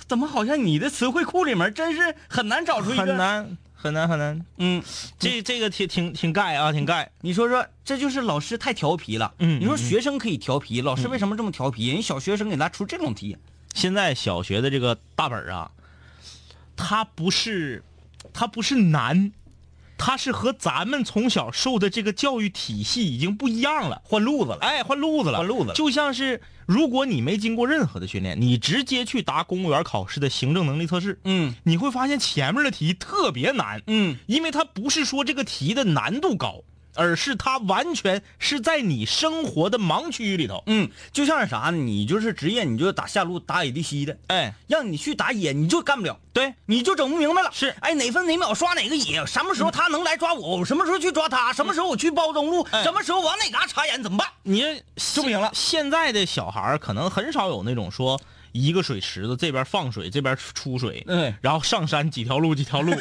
怎么好像你的词汇库里面真是很难找出一个，
很，难很难很难，
嗯，
这这个挺挺挺盖啊，挺盖。
你说说，这就是老师太调皮了。
嗯
你说
嗯嗯嗯
学生可以调皮，老师为什么这么调皮？人小学生给他出这种题，
现在小学的这个大本儿啊，它不是，它不是难，它是和咱们从小受的这个教育体系已经不一样了，换路子了。哎，换路子了，
换路子了
就像是如果你没经过任何的训练，你直接去答公务员考试的行政能力测试，
嗯
你会发现前面的题特别难，
嗯，
因为它不是说这个题的难度高。而是它完全是在你生活的盲区里头，
嗯，就像是啥呢？你就是职业，你就打下路打野地西的，
哎，
让你去打野，你就干不了，
对，
你就整不明白了。
是
哎，哪分哪秒刷哪个野，什么时候他能来抓我，我什么时候去抓他，什么时候我去包中路，
哎
什么时候往哪嘎插眼，怎么办？
你这就不行了。现在的小孩儿可能很少有那种说一个水池子这边放水，这边出水，
嗯
然后上山几条路 几条路，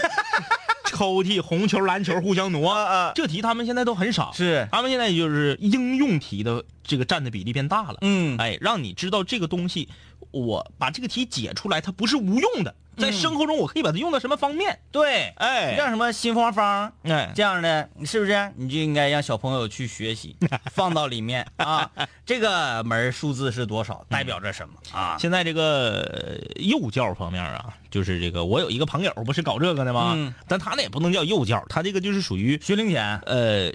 抽屉红球蓝球互相挪。这题他们现在都很少，
啊是
他们现在就是应用题的这个占的比例变大了。
嗯
哎，让你知道这个东西，我把这个题解出来，它不是无用的，
嗯
在生活中我可以把它用到什么方面？
对，像
哎，
什么新方方
哎，
这样的，是不是？你就应该让小朋友去学 习，放到里面啊。这个门儿数字是多少，代表着什么啊？
现在这个呃幼教方面啊，就是这个，我有一个朋友不是搞这个的吗？
嗯
但他那也不能叫幼教，他这个就是属于
学龄前
呃，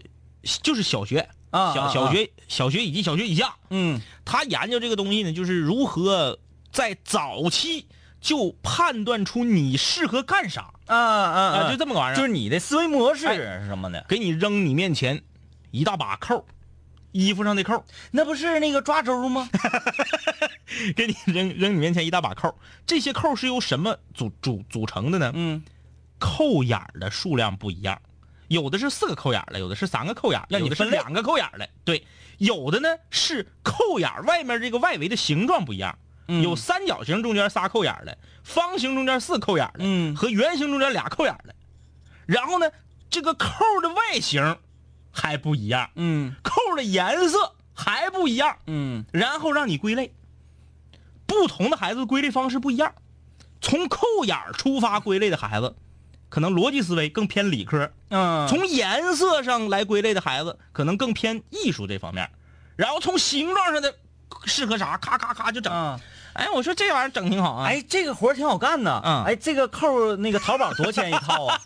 就是小学
啊
小
啊
小
啊
学、小学以及小学以下，
嗯
他研究这个东西呢，就是如何在早期就判断出你适合干啥
啊啊
啊、就这么个玩意儿，
就是你的思维模式
哎
是什么的。
给你扔你面前一大把扣儿，衣服上的扣儿，
那不是那个抓周吗？
给你扔扔你面前一大把扣儿，这些扣儿是由什么组组组成的呢？
嗯，
扣眼儿的数量不一样，有的是四个扣眼儿的，有的是三个扣眼儿的，
让你
有的是
分类
两个扣眼儿的，对，有的呢是扣眼儿外面这个外围的形状不一样，
嗯
有三角形中间仨扣眼儿的，方形中间四扣眼儿的，
嗯
和圆形中间俩扣眼儿的，然后呢，这个扣儿的外形还不一样，
嗯
扣儿的颜色还不一样，
嗯
然后让你归类。不同的孩子归类方式不一样，从扣眼儿出发归类的孩子，可能逻辑思维更偏理科；
嗯，
从颜色上来归类的孩子，可能更偏艺术这方面。然后从形状上的适合啥，咔咔咔就整。
啊，
哎，我说这玩意儿整挺好啊。，
哎，这个活儿挺好干的。
嗯
哎，这个扣儿那个淘宝多少钱一套啊？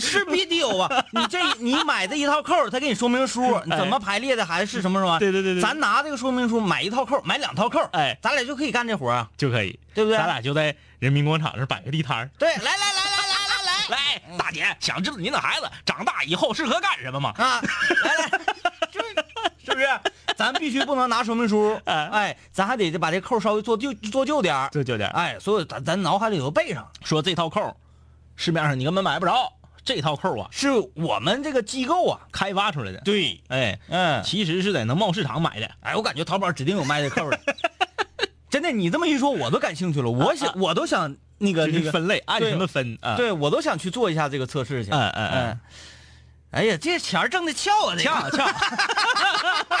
是必得有啊！你这你买的一套扣儿，他给你说明书，你怎么排列的，还是什么什么？
对对对对对
咱拿这个说明书买一套扣儿，买两套扣儿，
哎
咱俩就可以干这活儿啊，
就可以，
对不对？
咱俩就在人民广场上摆个地摊儿。
对，来来来来来来来
来，大姐，想知道您的孩子长大以后适合干什么吗？
啊，来来，是不是？咱必须不能拿说明书，
哎
哎，咱还得把这扣儿稍微做旧做旧点儿，
这就点
哎，所以咱咱脑海里头备上。
说这套扣儿市面上你根本买不着，这套扣啊
是我们这个机构啊，
开发出来的，
对，
哎，
嗯，
其实是在能贸市场买的。
哎，我感觉淘宝指定有卖这扣的， 真的，你这么一说，我都感兴趣了，我
啊
想，我都想那个
就
那
是
个，
分类，按
对
什么分啊？，
对我都想去做一下这个测试去，
嗯嗯嗯
嗯，哎呀，这钱儿挣的翘啊，这
恰
个。
恰，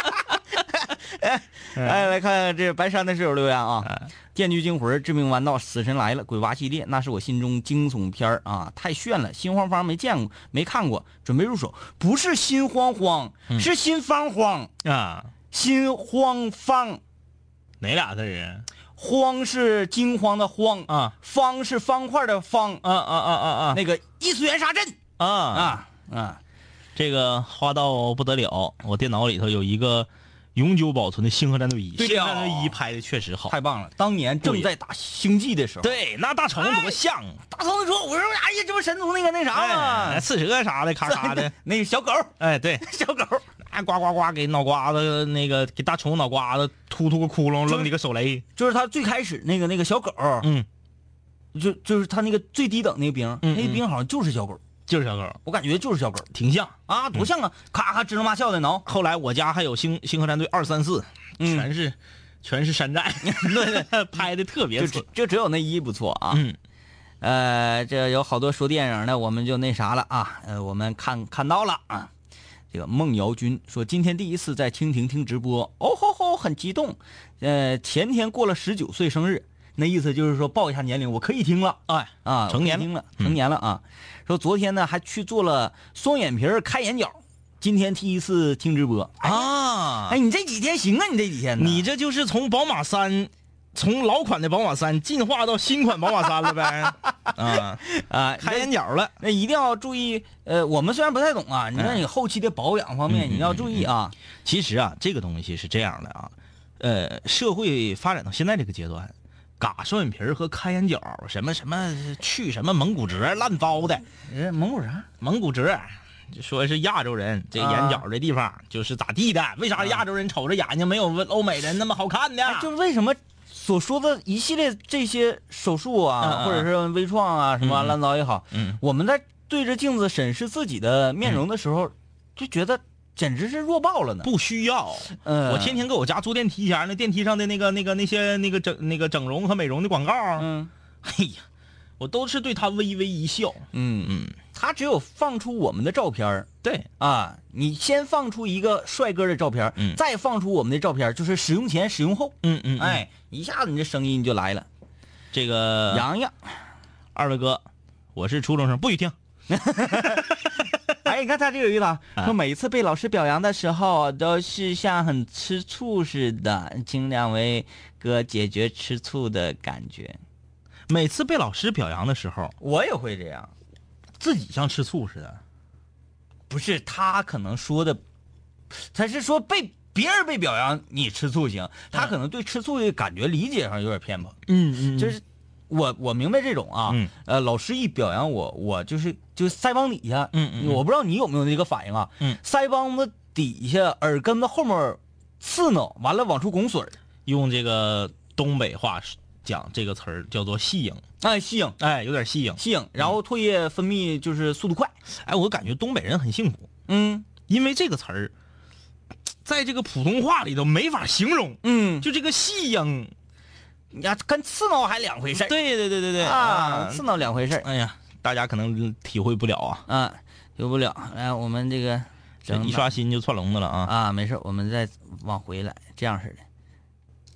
嗯
哎，来看这白山的室友留言啊，电锯惊魂》《致命弯道》《死神来了》《鬼娃》系列，那是我心中惊悚片儿啊，太炫了！心慌慌没见过，没看过，准备入手。不是心慌慌，
嗯
是心慌慌，
啊，
心慌慌，
哪俩字儿
慌是惊慌的慌
啊？，啊
方是方块的方，
啊啊啊啊
那个异次元杀阵
啊啊！
啊啊！
这个花到不得了，我电脑里头有一个永久保存的《星河战队一》，
对
《
了
星河战队一》拍的确实好。
太棒了！当年正在打星际的时候，，
对，那大成多像啊！
大头子说：“我说哎呀，这不神族那个那啥
哎，
吗？
刺蛇啥的，咔咔的，
那个小狗，
哎，对，
小狗。”
哎，呱呱呱，给脑瓜子那个给大虫脑瓜子突突个窟窿，
是
扔你个手雷，
就是他最开始那个那个小狗，
嗯，
就就是他那个最低等那个兵，
嗯
那个兵好像就是小狗，
就是小狗，
我感觉就是小狗
挺像。嗯
啊，多像啊，咔咔吱棱嘛笑的挠，
后来我家还有星《星河战队二三四》，
嗯
全是全是 山寨，对对，拍的特别
就
次
只。就只有那一不错啊，
嗯，
呃，这有好多说电影的，我们就那啥了啊，呃，我们看看到了啊。这个孟瑶君说，今天第一次在蜻蜓听直播，哦吼吼，很激动。呃，前天过了十九岁生日，那意思就是说报一下年龄，我可以听了。
哎，
啊，
成年
我
了嗯
听了，成年了啊。说昨天呢还去做了双眼皮儿开眼角，今天第一次听直播。
啊，
哎，你这几天行啊？你这几天呢
你这就是从宝马三，从老款的宝马三进化到新款宝马三 了呗？啊，
啊，
开眼
角
角了。
那一定要注意。呃，我们虽然不太懂
哎
啊，你看你后期的保养方
嗯
面你要注意啊。
其实啊，这个东西是这样的啊，呃，社会发展到现在这个阶段，嘎双眼皮儿和开眼角，什么什么去什么蒙古褶烂糟的，
人蒙古啥？
嗯蒙古褶，就说是亚洲人这个眼角这地方就是咋地的？为啥亚洲人瞅着眼睛没有欧美人那么好看呢？
哎，就是为什么所说的一系列这些手术啊，
嗯嗯
或者是微创啊，什么
嗯嗯
乱糟也好，
嗯
我们在对着镜子审视自己的面容的时候，就觉得简直是弱爆了呢。
嗯不需要。
嗯
我天天搁我家坐电梯前儿，那电梯上的那个、那个、那些、那个整、那个整容和美容的广告，
嗯
哎呀，我都是对他微微一笑。
嗯
嗯，
他只有放出我们的照片儿
对，
啊，你先放出一个帅哥的照片儿，
嗯
再放出我们的照片儿，就是使用前、使用后，
嗯嗯，哎，
哎，一下子你这声音就来了。
这个
洋洋，
二位哥，我是初中生，不许听。
哎，你看他这个语 法，说每一次被老师表扬的时候，都是像很吃醋似的，请两位哥解决吃醋的感觉。
每次被老师表扬的时候，
我也会这样，
自己像吃醋似的。
不是他可能说的，他是说被别人被表扬你吃醋行，他可能对吃醋的感觉理解上有点偏颇。
嗯
就是我我明白这种啊，
嗯
呃，老师一表扬我，我就是就是腮帮底下，
嗯嗯嗯
我不知道你有没有那个反应啊，
嗯
腮帮子底下耳根子后面刺挠，完了往出拱水儿，
用这个东北话讲这个词儿叫做戏影，
哎，吸引
哎，有点戏影。
吸引，然后唾液分泌就是速度快，
哎，我感觉东北人很幸福，
嗯
因为这个词儿，在这个普通话里头没法形容，
嗯，
就这个戏影。
你呀跟刺挠还两回事儿
对对对对对
啊，刺挠两回事儿
哎呀，大家可能体会不了啊，
啊，有不了，来我们这个
这
整
一
哪
刷新就窜笼子了啊。
啊，没事儿，我们再往回来，这样式的，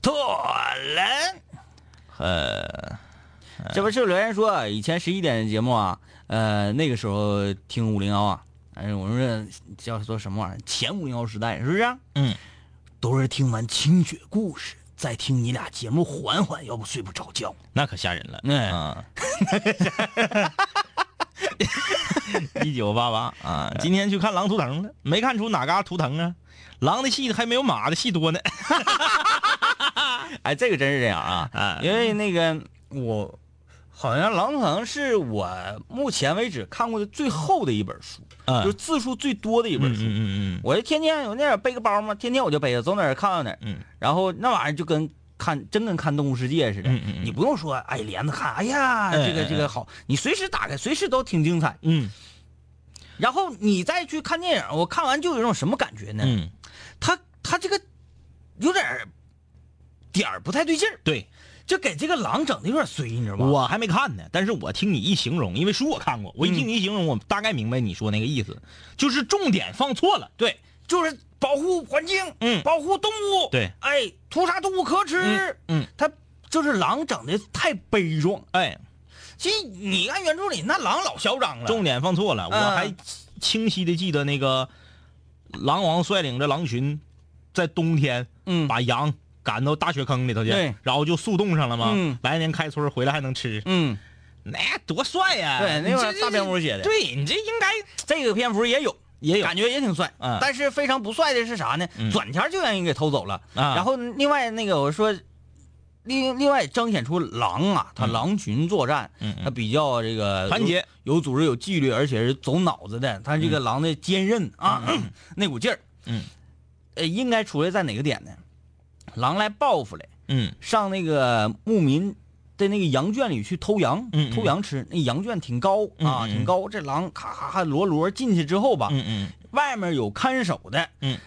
妥了。
呃，
这不是有留言说啊以前十一点的节目啊，呃，那个时候听五零幺啊，哎，我说叫做什么玩意儿？前五零幺时代是不是、
嗯，
都是听完清雪故事，再听你俩节目缓缓，要不睡不着觉。
那可吓人了。
哎
啊，一九八八啊，今天去看狼图腾了，没看出哪嘎图腾啊，狼的戏还没有马的戏多呢。
哎，这个真是这样啊，
啊
因为那个我好像狼图腾是我目前为止看过的最厚的一本书，
嗯
就是字数最多的一本
嗯
书。
嗯嗯
我就天天我那点背个包嘛，天天我就背着，走哪儿看到哪儿。
嗯，
然后那玩意儿就跟看真跟看《动物世界》似的，
嗯嗯嗯
你不用说，哎，帘子看，哎呀，
哎
这个这个好，你随时打开，随时都挺精彩。
嗯
然后你再去看电影，我看完就有一种什么感觉呢？
嗯，
他他这个有点儿点儿不太对劲儿，
对，
就给这个狼整的有点衰，你知道吗？
我还没看呢，但是我听你一形容，因为书我看过，我一听你一形容，我大概明白你说那个意思，就是重点放错了。
对，就是保护环境，
嗯
保护动物，
对
哎，屠杀动物可耻，
嗯嗯
他就是狼整的太悲壮。
哎，
其实你按原著里，那狼老嚣张了，
重点放错了，
嗯
我还清晰的记得那个狼王率领着狼群，在冬天，
嗯
把羊赶到大雪坑里头去，
对
然后就速冻上了嘛，
嗯
来年开春回来还能吃，
嗯，
那、多帅呀、
对，那
玩
块大蝙蝠写的，
对你这应该
这个蝙蝠也有，
也有
感觉也挺帅。
嗯
但是非常不帅的是啥呢？
嗯
转天就让人给偷走了。
啊
然后另外那个我说，另另外彰显出狼啊，它狼群作战，
嗯嗯
它比较这个
团结
有、有组织、有纪律，而且是走脑子的。它这个狼的坚韧啊， 那股劲儿，
嗯，
呃，应该出来在哪个点呢？狼来报复来，
嗯
上那个牧民的那个羊圈里去偷羊，
嗯嗯
偷羊吃。那羊圈挺高啊，
嗯嗯
挺高。这狼咔咔咔摞摞进去之后吧，
嗯嗯
外面有看守的，
嗯，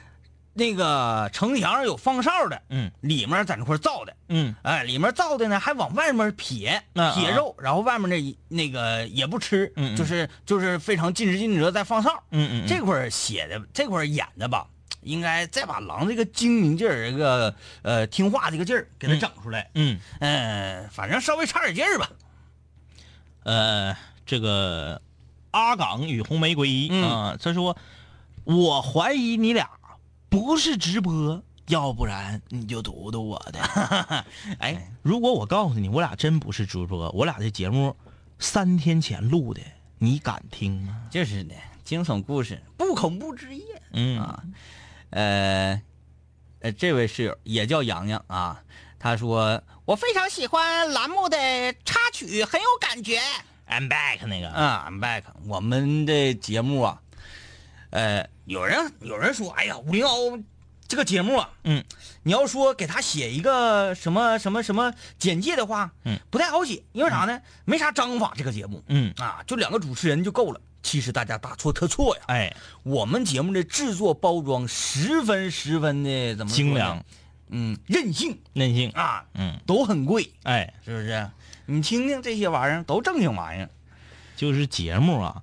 那个城墙上有放哨的，
嗯
里面在那块儿造的，
嗯
哎，里面造的呢还往外面撇
啊啊
撇肉，然后外面那那个也不吃，
嗯嗯
就是就是非常尽职尽责在放哨。
嗯嗯，
这块儿写的这块儿演的吧，应该再把狼这个精明劲儿，这个呃听话这个劲儿给它整出来。
嗯
嗯，反正稍微差点劲儿吧。
呃，这个阿岗与红玫瑰
嗯
啊、他说我怀疑你俩不是直播，要不然你就读读我 的。哎，如果我告诉你，我俩真不是直播，我俩这节目三天前录的，你敢听吗？
就是的，惊悚故事，不恐怖之夜。
嗯
啊，呃，呃，这位室友也叫洋洋啊，他说我非常喜欢栏目的插曲，很有感觉。
，I'm back 那个，
啊，I'm back。我们的节目啊，呃，有人有人说，哎呀，五零幺这个节目啊，
嗯，
你要说给他写一个什么什么什么简介的话，
嗯，
不太好写，因为啥呢？没啥章法，这个节目，
嗯
啊，就两个主持人就够了。其实大家大错特错呀！
哎，
我们节目的制作包装十分十分的怎么说呢
精良，
嗯，任性
任性，
啊，
嗯，
都很贵，
哎，
是不是？你听听这些玩意儿，都正经玩意儿。
就是节目啊。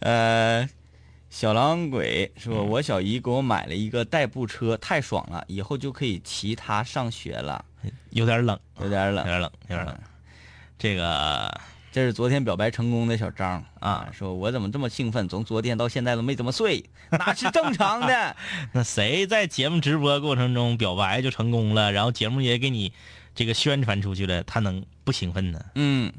呃，小狼鬼说：“我小姨给我买了一个代步车，太爽了，以后就可以骑它上学了。
有点冷，
啊有点冷嗯
有点冷，有点冷。这个，”
这是昨天表白成功的小张啊，说我怎么这么兴奋？从昨天到现在都没怎么 睡，那是正常的。
那谁在节目直播过程中表白就成功了，然后节目也给你这个宣传出去了，他能不兴奋呢？
嗯，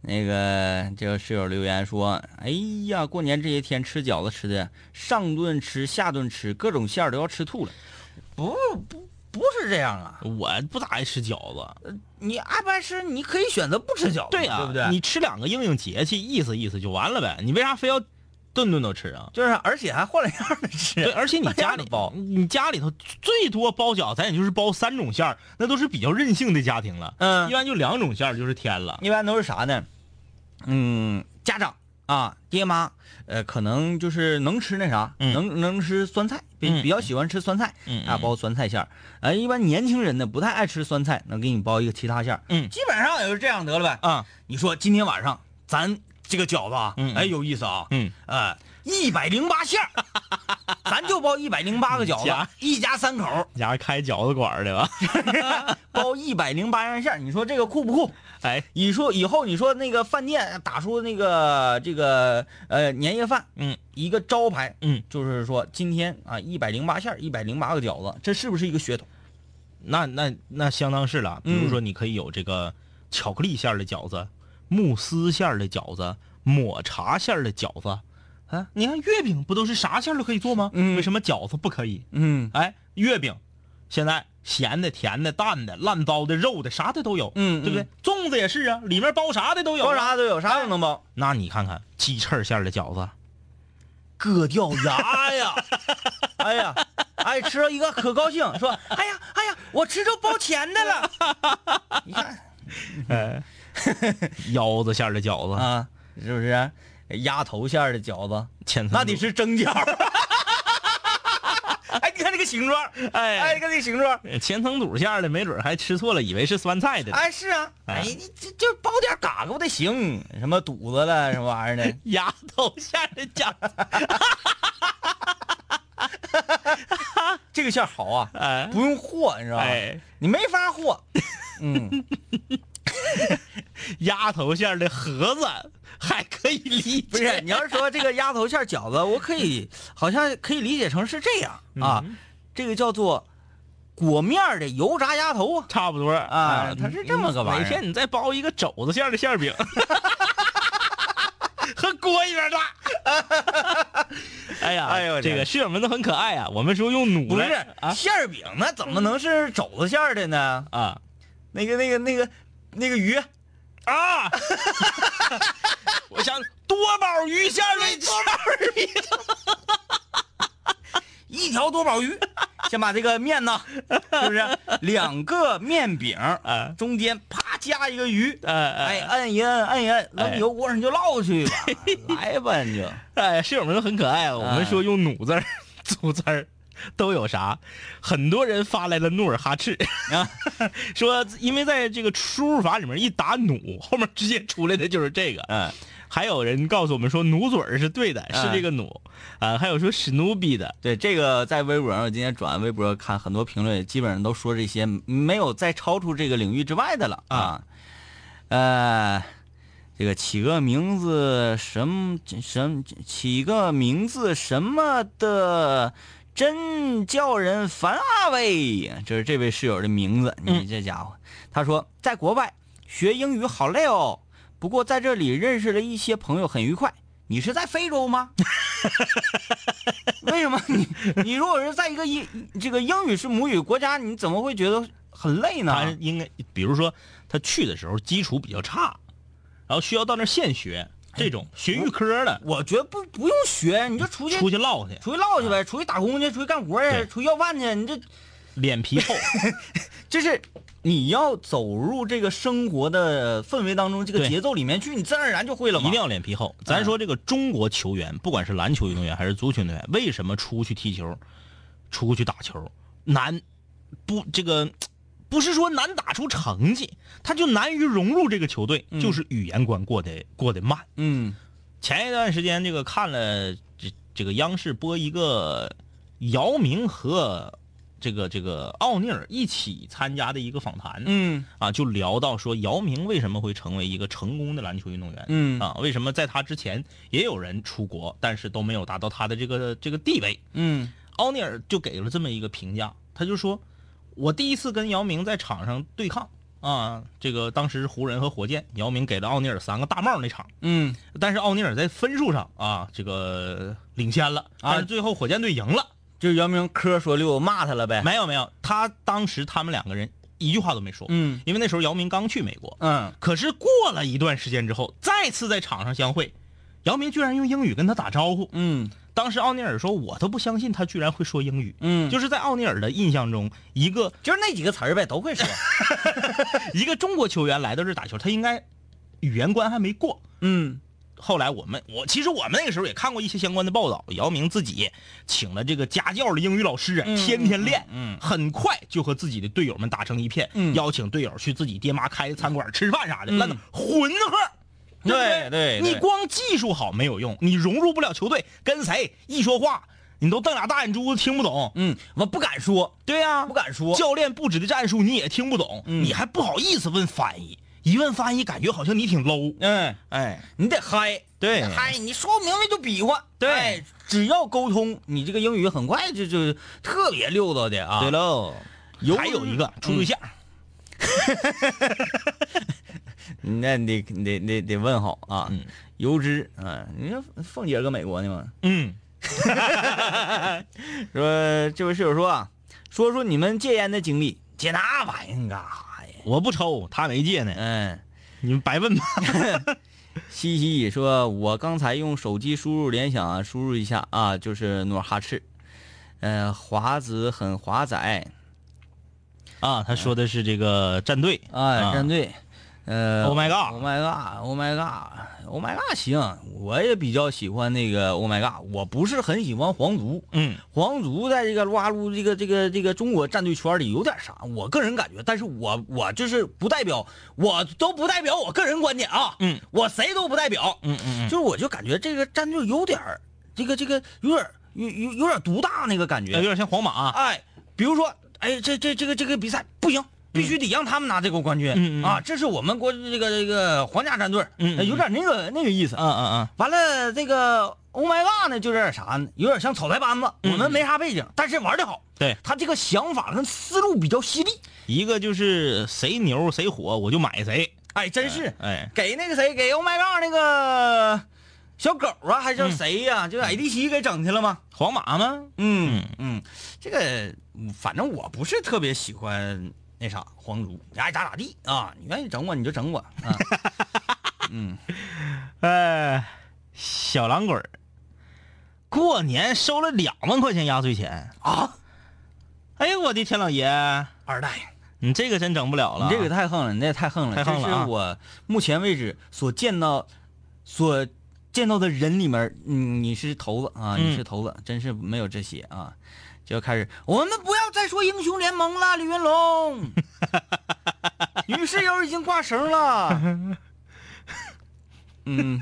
那个这个室友留言说：“哎呀，过年这些天吃饺子吃的，上顿吃下顿吃，各种馅儿都要吃吐了。”不不不是这样啊，
我不咋爱吃饺子，
你爱不爱吃，你可以选择不吃饺子，对啊
呀、
对不对？
呃啊你吃两个应应节气，意思意思就完了呗。你为啥非要顿顿都吃 啊？
就是，而且还换了样的吃。
对，而且你家 里
包
你家里头最多包饺子，咱也就是包三种馅儿，那都是比较任性的家庭了。
嗯
一般就两种馅儿就是天了。
一般都是啥呢？嗯，家长啊，爹妈，呃，可能就是能吃那啥，
嗯
能能吃酸菜，比、
嗯
比较喜欢吃酸菜，
嗯嗯
啊，包酸菜馅儿。哎，一般年轻人呢不太爱吃酸菜，能给你包一个其他馅儿。
嗯
基本上也就是这样得了呗。
啊，
你说今天晚上咱这个饺子啊，
嗯嗯
哎，有意思啊，
嗯，
呃，一百零八馅儿，咱就包一百零八个 饺
家
子，一家三口 儿
你家开饺子馆儿的吧？
包一百零八样馅儿，你说这个酷不酷？
哎，
你说以后你说那个饭店打出那个这个呃年夜饭，
嗯，
一个招牌，
嗯，
就是说今天啊一百零八馅儿，一百零八个饺子，这是不是一个噱头？
那那那相当是了。比如
嗯
说，你可以有这个巧克力馅儿的饺子、慕斯馅儿的饺子、抹茶馅儿的饺子。啊，你看月饼不都是啥馅儿都可以做吗？
嗯
为什么饺子不可以？
嗯
哎，月饼现在咸的、甜的、淡的、烂糟的、肉的，啥的都有，
嗯
对不对？粽子也是啊，里面包啥的都有、
包？啥都有，啥都能包。
那你看看鸡翅馅儿的饺子，
割掉牙呀！哎呀，哎，吃了一个可高兴，说，哎呀，哎呀，我吃着包钱的了。 你看
腰子馅儿的饺子，
啊，是不是？鸭头馅儿的饺子，
千层
那得是蒸饺。 哎，你看这个形状，
哎
哎，你看这个形状，
肚千层肚馅儿的，没准儿还吃错了，以为是酸菜的。
哎，是啊，哎，你这就包点嘎嘎不得行？什么肚子了，什么玩 意儿的？
鸭头馅儿的饺子，
这个馅儿好啊，
哎
不用和，你知道吧？
哎，
你没法和，嗯，
鸭头馅儿的盒子还可以理解。
不是，你要是说这个鸭头馅儿饺子，我可以好像可以理解成是这样
嗯
啊，这个叫做裹面儿的油炸鸭头啊，
差不多
啊它是这么个玩意儿
每天你再包一个肘子馅儿的馅儿饼， 和锅一边大。 哎呀，
哎呦我天
这个室友们都很可爱啊。我们说用弩
不是
来啊嗯
馅儿饼，那怎么能是肘子馅儿的呢？
啊
那个、那个、那个、那个鱼，
啊！我想多宝鱼馅儿的馅儿饼，
一条多宝鱼，先把这个面呢，是不是两个面饼，
啊
中间啪加一个鱼，
哎哎
哎，摁一摁，摁一摁，
哎
扔油锅上就烙去吧， 来吧你就。
哎，室友们都很可爱啊。我
哎
们说用弩字儿、 组字儿都有啥？很多人发来了努尔哈赤啊， 说因为在这个输入法里面一打弩，后面直接出来的就是这个。
嗯，
还有人告诉我们说努嘴儿是对的，是
嗯
这个努。啊，还有说史努比的，
对这个，在微博上，我今天转微博看很多评论，基本上都说这些没有再超出这个领域之外的了啊。呃，这个起个名字什么什么起个名字什么的，真叫人烦啊喂！这是这位室友的名字，你这家伙，他说在国外学英语好累哦，不过在这里认识了一些朋友，很愉快。你是在非洲 吗？为什么你你如果是在一个英这个英语是母语国家，你怎么会觉得很累呢？
他应该，比如说他去的时候基础比较差，然后需要到那儿现学这种学预科的，
我觉得不不用学，你就出去
出去唠去，
出去唠去呗，出去打工去，出去干活
对
去，出去要饭去。你这
脸 皮厚。
就是你要走入这个生活的氛围当中，这个
对
节奏里面去，你自然而然就会了嘛。
一定要脸皮厚。咱说这个中国球员，不管是篮球运动员还是足球运动员，为什么出去踢球、出去打球难？不，这个不是说难打出成绩，他就难于融入这个球队，就是语言关过得过得慢。
嗯
前一段时间这个看了这这个央视播一个姚明和这个这个奥尼尔一起参加的一个访谈，
嗯
啊，就聊到说姚明为什么会成为一个成功的篮球运动员，
嗯
啊，为什么在他之前也有人出国，但是都没有达到他的这个这个地位？
嗯
奥尼尔就给了这么一个评价，他就说，我第一次跟姚明在场上对抗啊，这个当时是湖人和火箭，姚明给了奥尼尔三个大帽那场，
嗯
但是奥尼尔在分数上啊，这个领先
啊
了，但是最后火箭队赢了。
就是姚明科说溜骂他了呗。
没有没有，他当时他们两个人一句话都没说，
嗯
因为那时候姚明刚去美国。
嗯，
可是过了一段时间之后，再次在场上相会，姚明居然用英语跟他打招呼。
嗯
当时奥尼尔说：“我都不相信他居然会说英语。”
嗯，
就是在奥尼尔的印象中，一个
就是那几个词儿呗， 都会说。
一个中国球员来到这儿打球，他应该语言关还没过。
嗯
后来我们我其实我们那个时候也看过一些相关的报道，姚明自己请了这个家教的英语老师啊，天天练，
嗯
很快就和自己的队友们打成一片，
嗯
邀请队友去自己爹妈开的餐馆吃饭啥的，
嗯
那、混合。
对
对
对
不
对
你光技术好没有用，你融入不了球队，跟谁一说话，你都瞪俩大眼珠子听不懂。
嗯，我不敢说，
对呀、
不敢说。
教练布置的战术你也听不懂，
嗯
你还不好意思问翻译，一问翻译感觉好像你挺 low。
嗯，
哎，
你得嗨，你
对
得嗨，你说不明白就比划，
对
哎只要沟通，你这个英语很快就就特别溜达的啊。
对
喽，
还有
嗯
一个处对象，
嗯那你得得得得问好啊，
嗯
油脂啊，你说凤姐搁美国呢吗？
嗯，
说这位室友说啊，说说你们戒烟的经历，戒那玩意儿干啥呀？
我不抽，他没戒呢，
嗯。
你们白问吧。
嘻嘻说：“我刚才用手机输入联想啊，输入一下啊，就是努尔哈赤。呃，华子很华仔
啊，他说的是这个战队
啊，战队，呃
Oh my god
god，Oh my god，Oh my god，Oh my god，行，我也比较喜欢那个 Oh my god，我不是很喜欢皇族，
嗯，
皇族在这个撸啊撸这个这个这个中国战队圈里有点啥，我个人感觉，但是我我就是不代表，我都不代表我个人观点啊，
嗯，
我谁都不代表，
嗯嗯
就是我就感觉这个战队有点儿这个这个有点儿有有有点儿独大那个感觉，
嗯，有点像皇马啊、
哎，比如说，哎，这这这个这个比赛不行，必须得让他们拿这个冠军、
嗯嗯嗯
啊！这是我们国这个这个皇家战队，
嗯嗯
哎有点那个那个意思。
嗯嗯嗯，
完了，这个 Oh my God 呢，就是点啥呢？有点像草台班子，我们没啥背景，但是玩的好。
嗯对
他这个想法跟思路比较犀利，
一个就是谁牛谁火我就买谁，
哎，真是、
哎，
给那个谁，给 Oh my God 那个小狗啊，还是谁呀、就 ADC 给整去了吗？
嗯皇马吗？
嗯，嗯，这个嗯反正我不是特别喜欢那啥皇族，你爱咋咋地啊，你愿意整我你就整我 啊。
哎，小狼鬼儿，过年收了两万块钱压岁钱啊！哎呦我的天，老爷，
二代，
你这个真整不了
你
了。
这个太横了，你这也太横了，
太横了
这
啊
是我目前为止所见到所见到的人里面，嗯，你是头子啊，
嗯
你是头子，真是没有这些啊。就开始，我们不要再说英雄联盟了，李云 龙，女室友已经挂绳 了。嗯，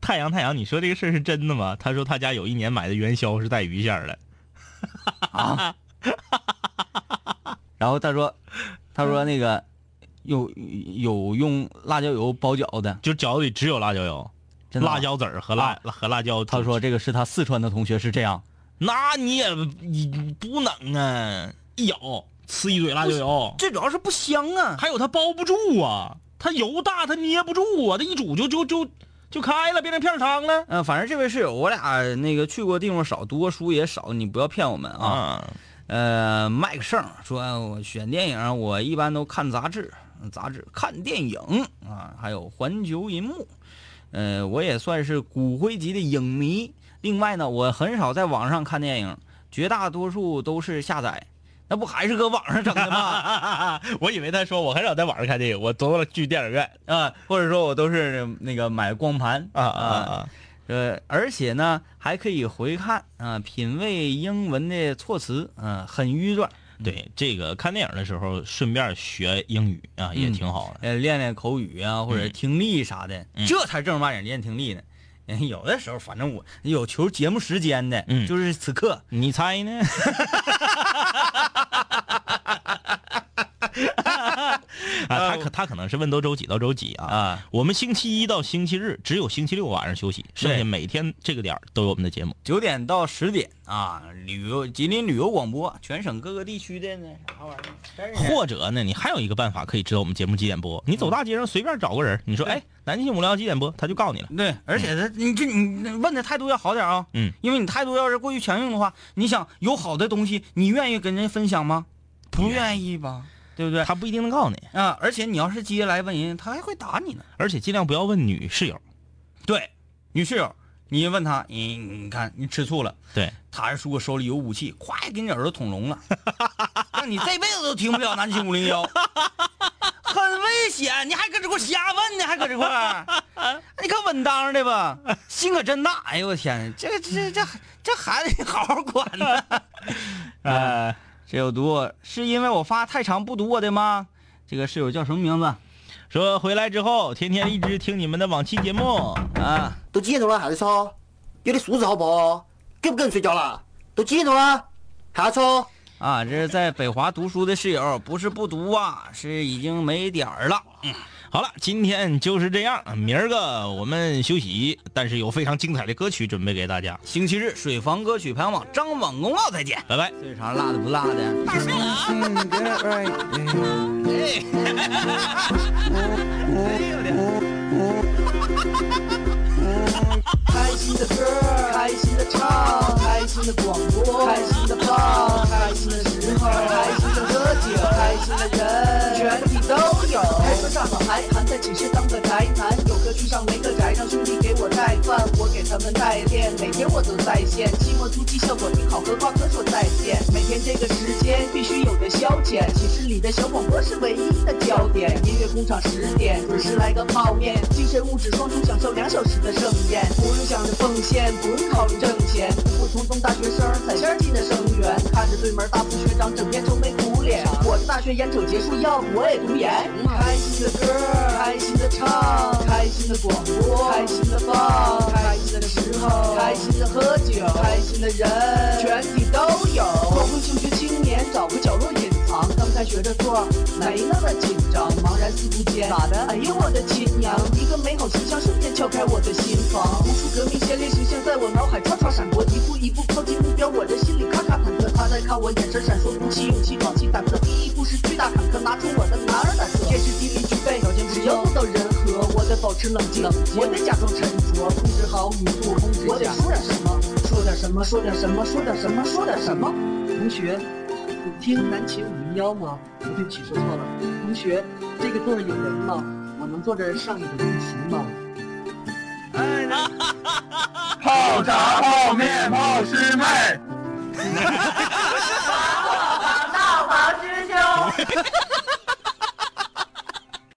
太阳太阳，你说这个事儿是真的吗？他说他家有一年买的元宵是带鱼馅儿的。
然后他说，他说那个有有用辣椒油包饺的，
就饺子里只有辣椒油、
真的吗
辣。椒籽儿和辣、和辣椒。
他，说这个是他四川的同学是这样，
那你也你不能啊，一咬吃一嘴辣椒油，
最主要是不香啊。
还有它包不住啊，它油大它捏不住啊，它一煮就就就就开了，变成片儿汤了。
嗯、反正这位室友，我俩那个去过地方少，读过书也少，你不要骗我们啊。
啊，
呃，麦克胜说，哎我选电影，我一般都看杂志，杂志看电影啊，还有环球银幕。呃，我也算是骨灰级的影迷。另外呢，我很少在网上看电影，绝大多数都是下载。那不还是搁网上整的吗？
啊我以为他说我很少在网上看电影，我都了去电影院。
啊，或者说我都是那个买光盘
啊啊啊！
呃，而且呢还可以回看啊，品味英文的措辞，嗯、很迂转，
对，这个看电影的时候顺便学英语啊，也挺好的。
呃，练练口语啊，或者听力啥的，
嗯
这才正儿八经练听力呢。 有的时候，反正我有求节目时间的，
嗯
就是此刻，
你猜呢？ 啊，他可他可能是问都周几到周几啊？
啊，
我们星期一到星期日只有星期六晚上休息，剩下每天这个点儿都有我们的节目。
九点到十点啊，旅游吉林旅游广播，全省各个地区的那啥玩意儿，真是
或者呢，你还有一个办法可以知道我们节目几点播。你走大街上随便找个人，你说
对
哎，南京无聊几点播，他就告诉你了。
对，而且他，你这你问的态度要好点啊，
嗯，
因为你态度要是过于强硬的话，你想有好的东西，你愿意跟人分享吗？不愿意吧，对不对？
他不一定能告诉你，
啊，而且你要是接下来问人，他还会打你呢。
而且尽量不要问女室友。
对，女室友，你问他，你你看你吃醋了，
对，
他还说我手里有武器，咵给你耳朵捅聋了， 让你这辈子都听不了南秦五零幺， 很危险。你还搁这块儿瞎问呢，还搁这块儿， 你可稳当的吧？心可真大，哎呦我天，这个这这这孩子得好好管呐。 哎
呃，
室友读我是因为我发太长不读我的吗？这个室友叫什么名字
说回来之后，天天一直听你们的往期节目。
啊？
都几点钟了还在吵？有点素质好不好？跟不跟人睡觉了？都几点钟了还吵？
啊，这是在北华读书的室友，不是不读啊，是已经没点儿了。
好了，今天就是这样，明儿个我们休息，但是有非常精彩的歌曲准备给大家，
星期日水房歌曲排行榜张网公告再见。
拜拜。
最长辣的不辣的。
开心的歌，开心的唱，开心的广播，开心的胖，开心的时候，开心的喝酒，开心的人，全体都有。开车上好还寒，在寝室当个宅男，有个去上没个宅，让兄弟给我我带饭，我给他们带练，每天我都在线。期末突击效果挺好，和瓜哥说再见。每天这个时间必须有的消遣，寝室里的小广播是唯一的焦点。音乐工厂十点准时来个泡面，精神物质双重享受两小时的盛宴，不用想着奉献，不用考虑挣钱，普普通通大学生彩线进的生源，看着对门大四学长整天愁眉苦脸，我的大学眼瞅结束，要不我也读研。
开心的歌，开心的唱，开心的广播，开心的放，开心的时候，
开心的喝酒，开心的人，全体都有。光辉求学青年找个角落隐藏，刚才学着做，没那么紧张，茫然四顾间，咋的？哎呦我的亲娘！一个美好形象瞬间敲开我的心房，无数革命先烈形象在我脑海唰唰闪过，一步一步靠近目标，我的心里咔咔忐忑，他在看我眼神闪烁，鼓起勇气，壮起胆子，第一步是巨大坎坷，拿出我的男儿胆色，天时地利具备，条件只要做到人和，我得保持冷静，我得假装沉着，控制好语速，我得说点什么，说点什么，说点什么，说点什么，说点什么。同学，你听南琴五零幺吗？不对不起，说错了。同学，这个座儿有人吗？我能坐这儿上一会儿自习吗？
泡茶、泡面、泡师妹。
大王师兄。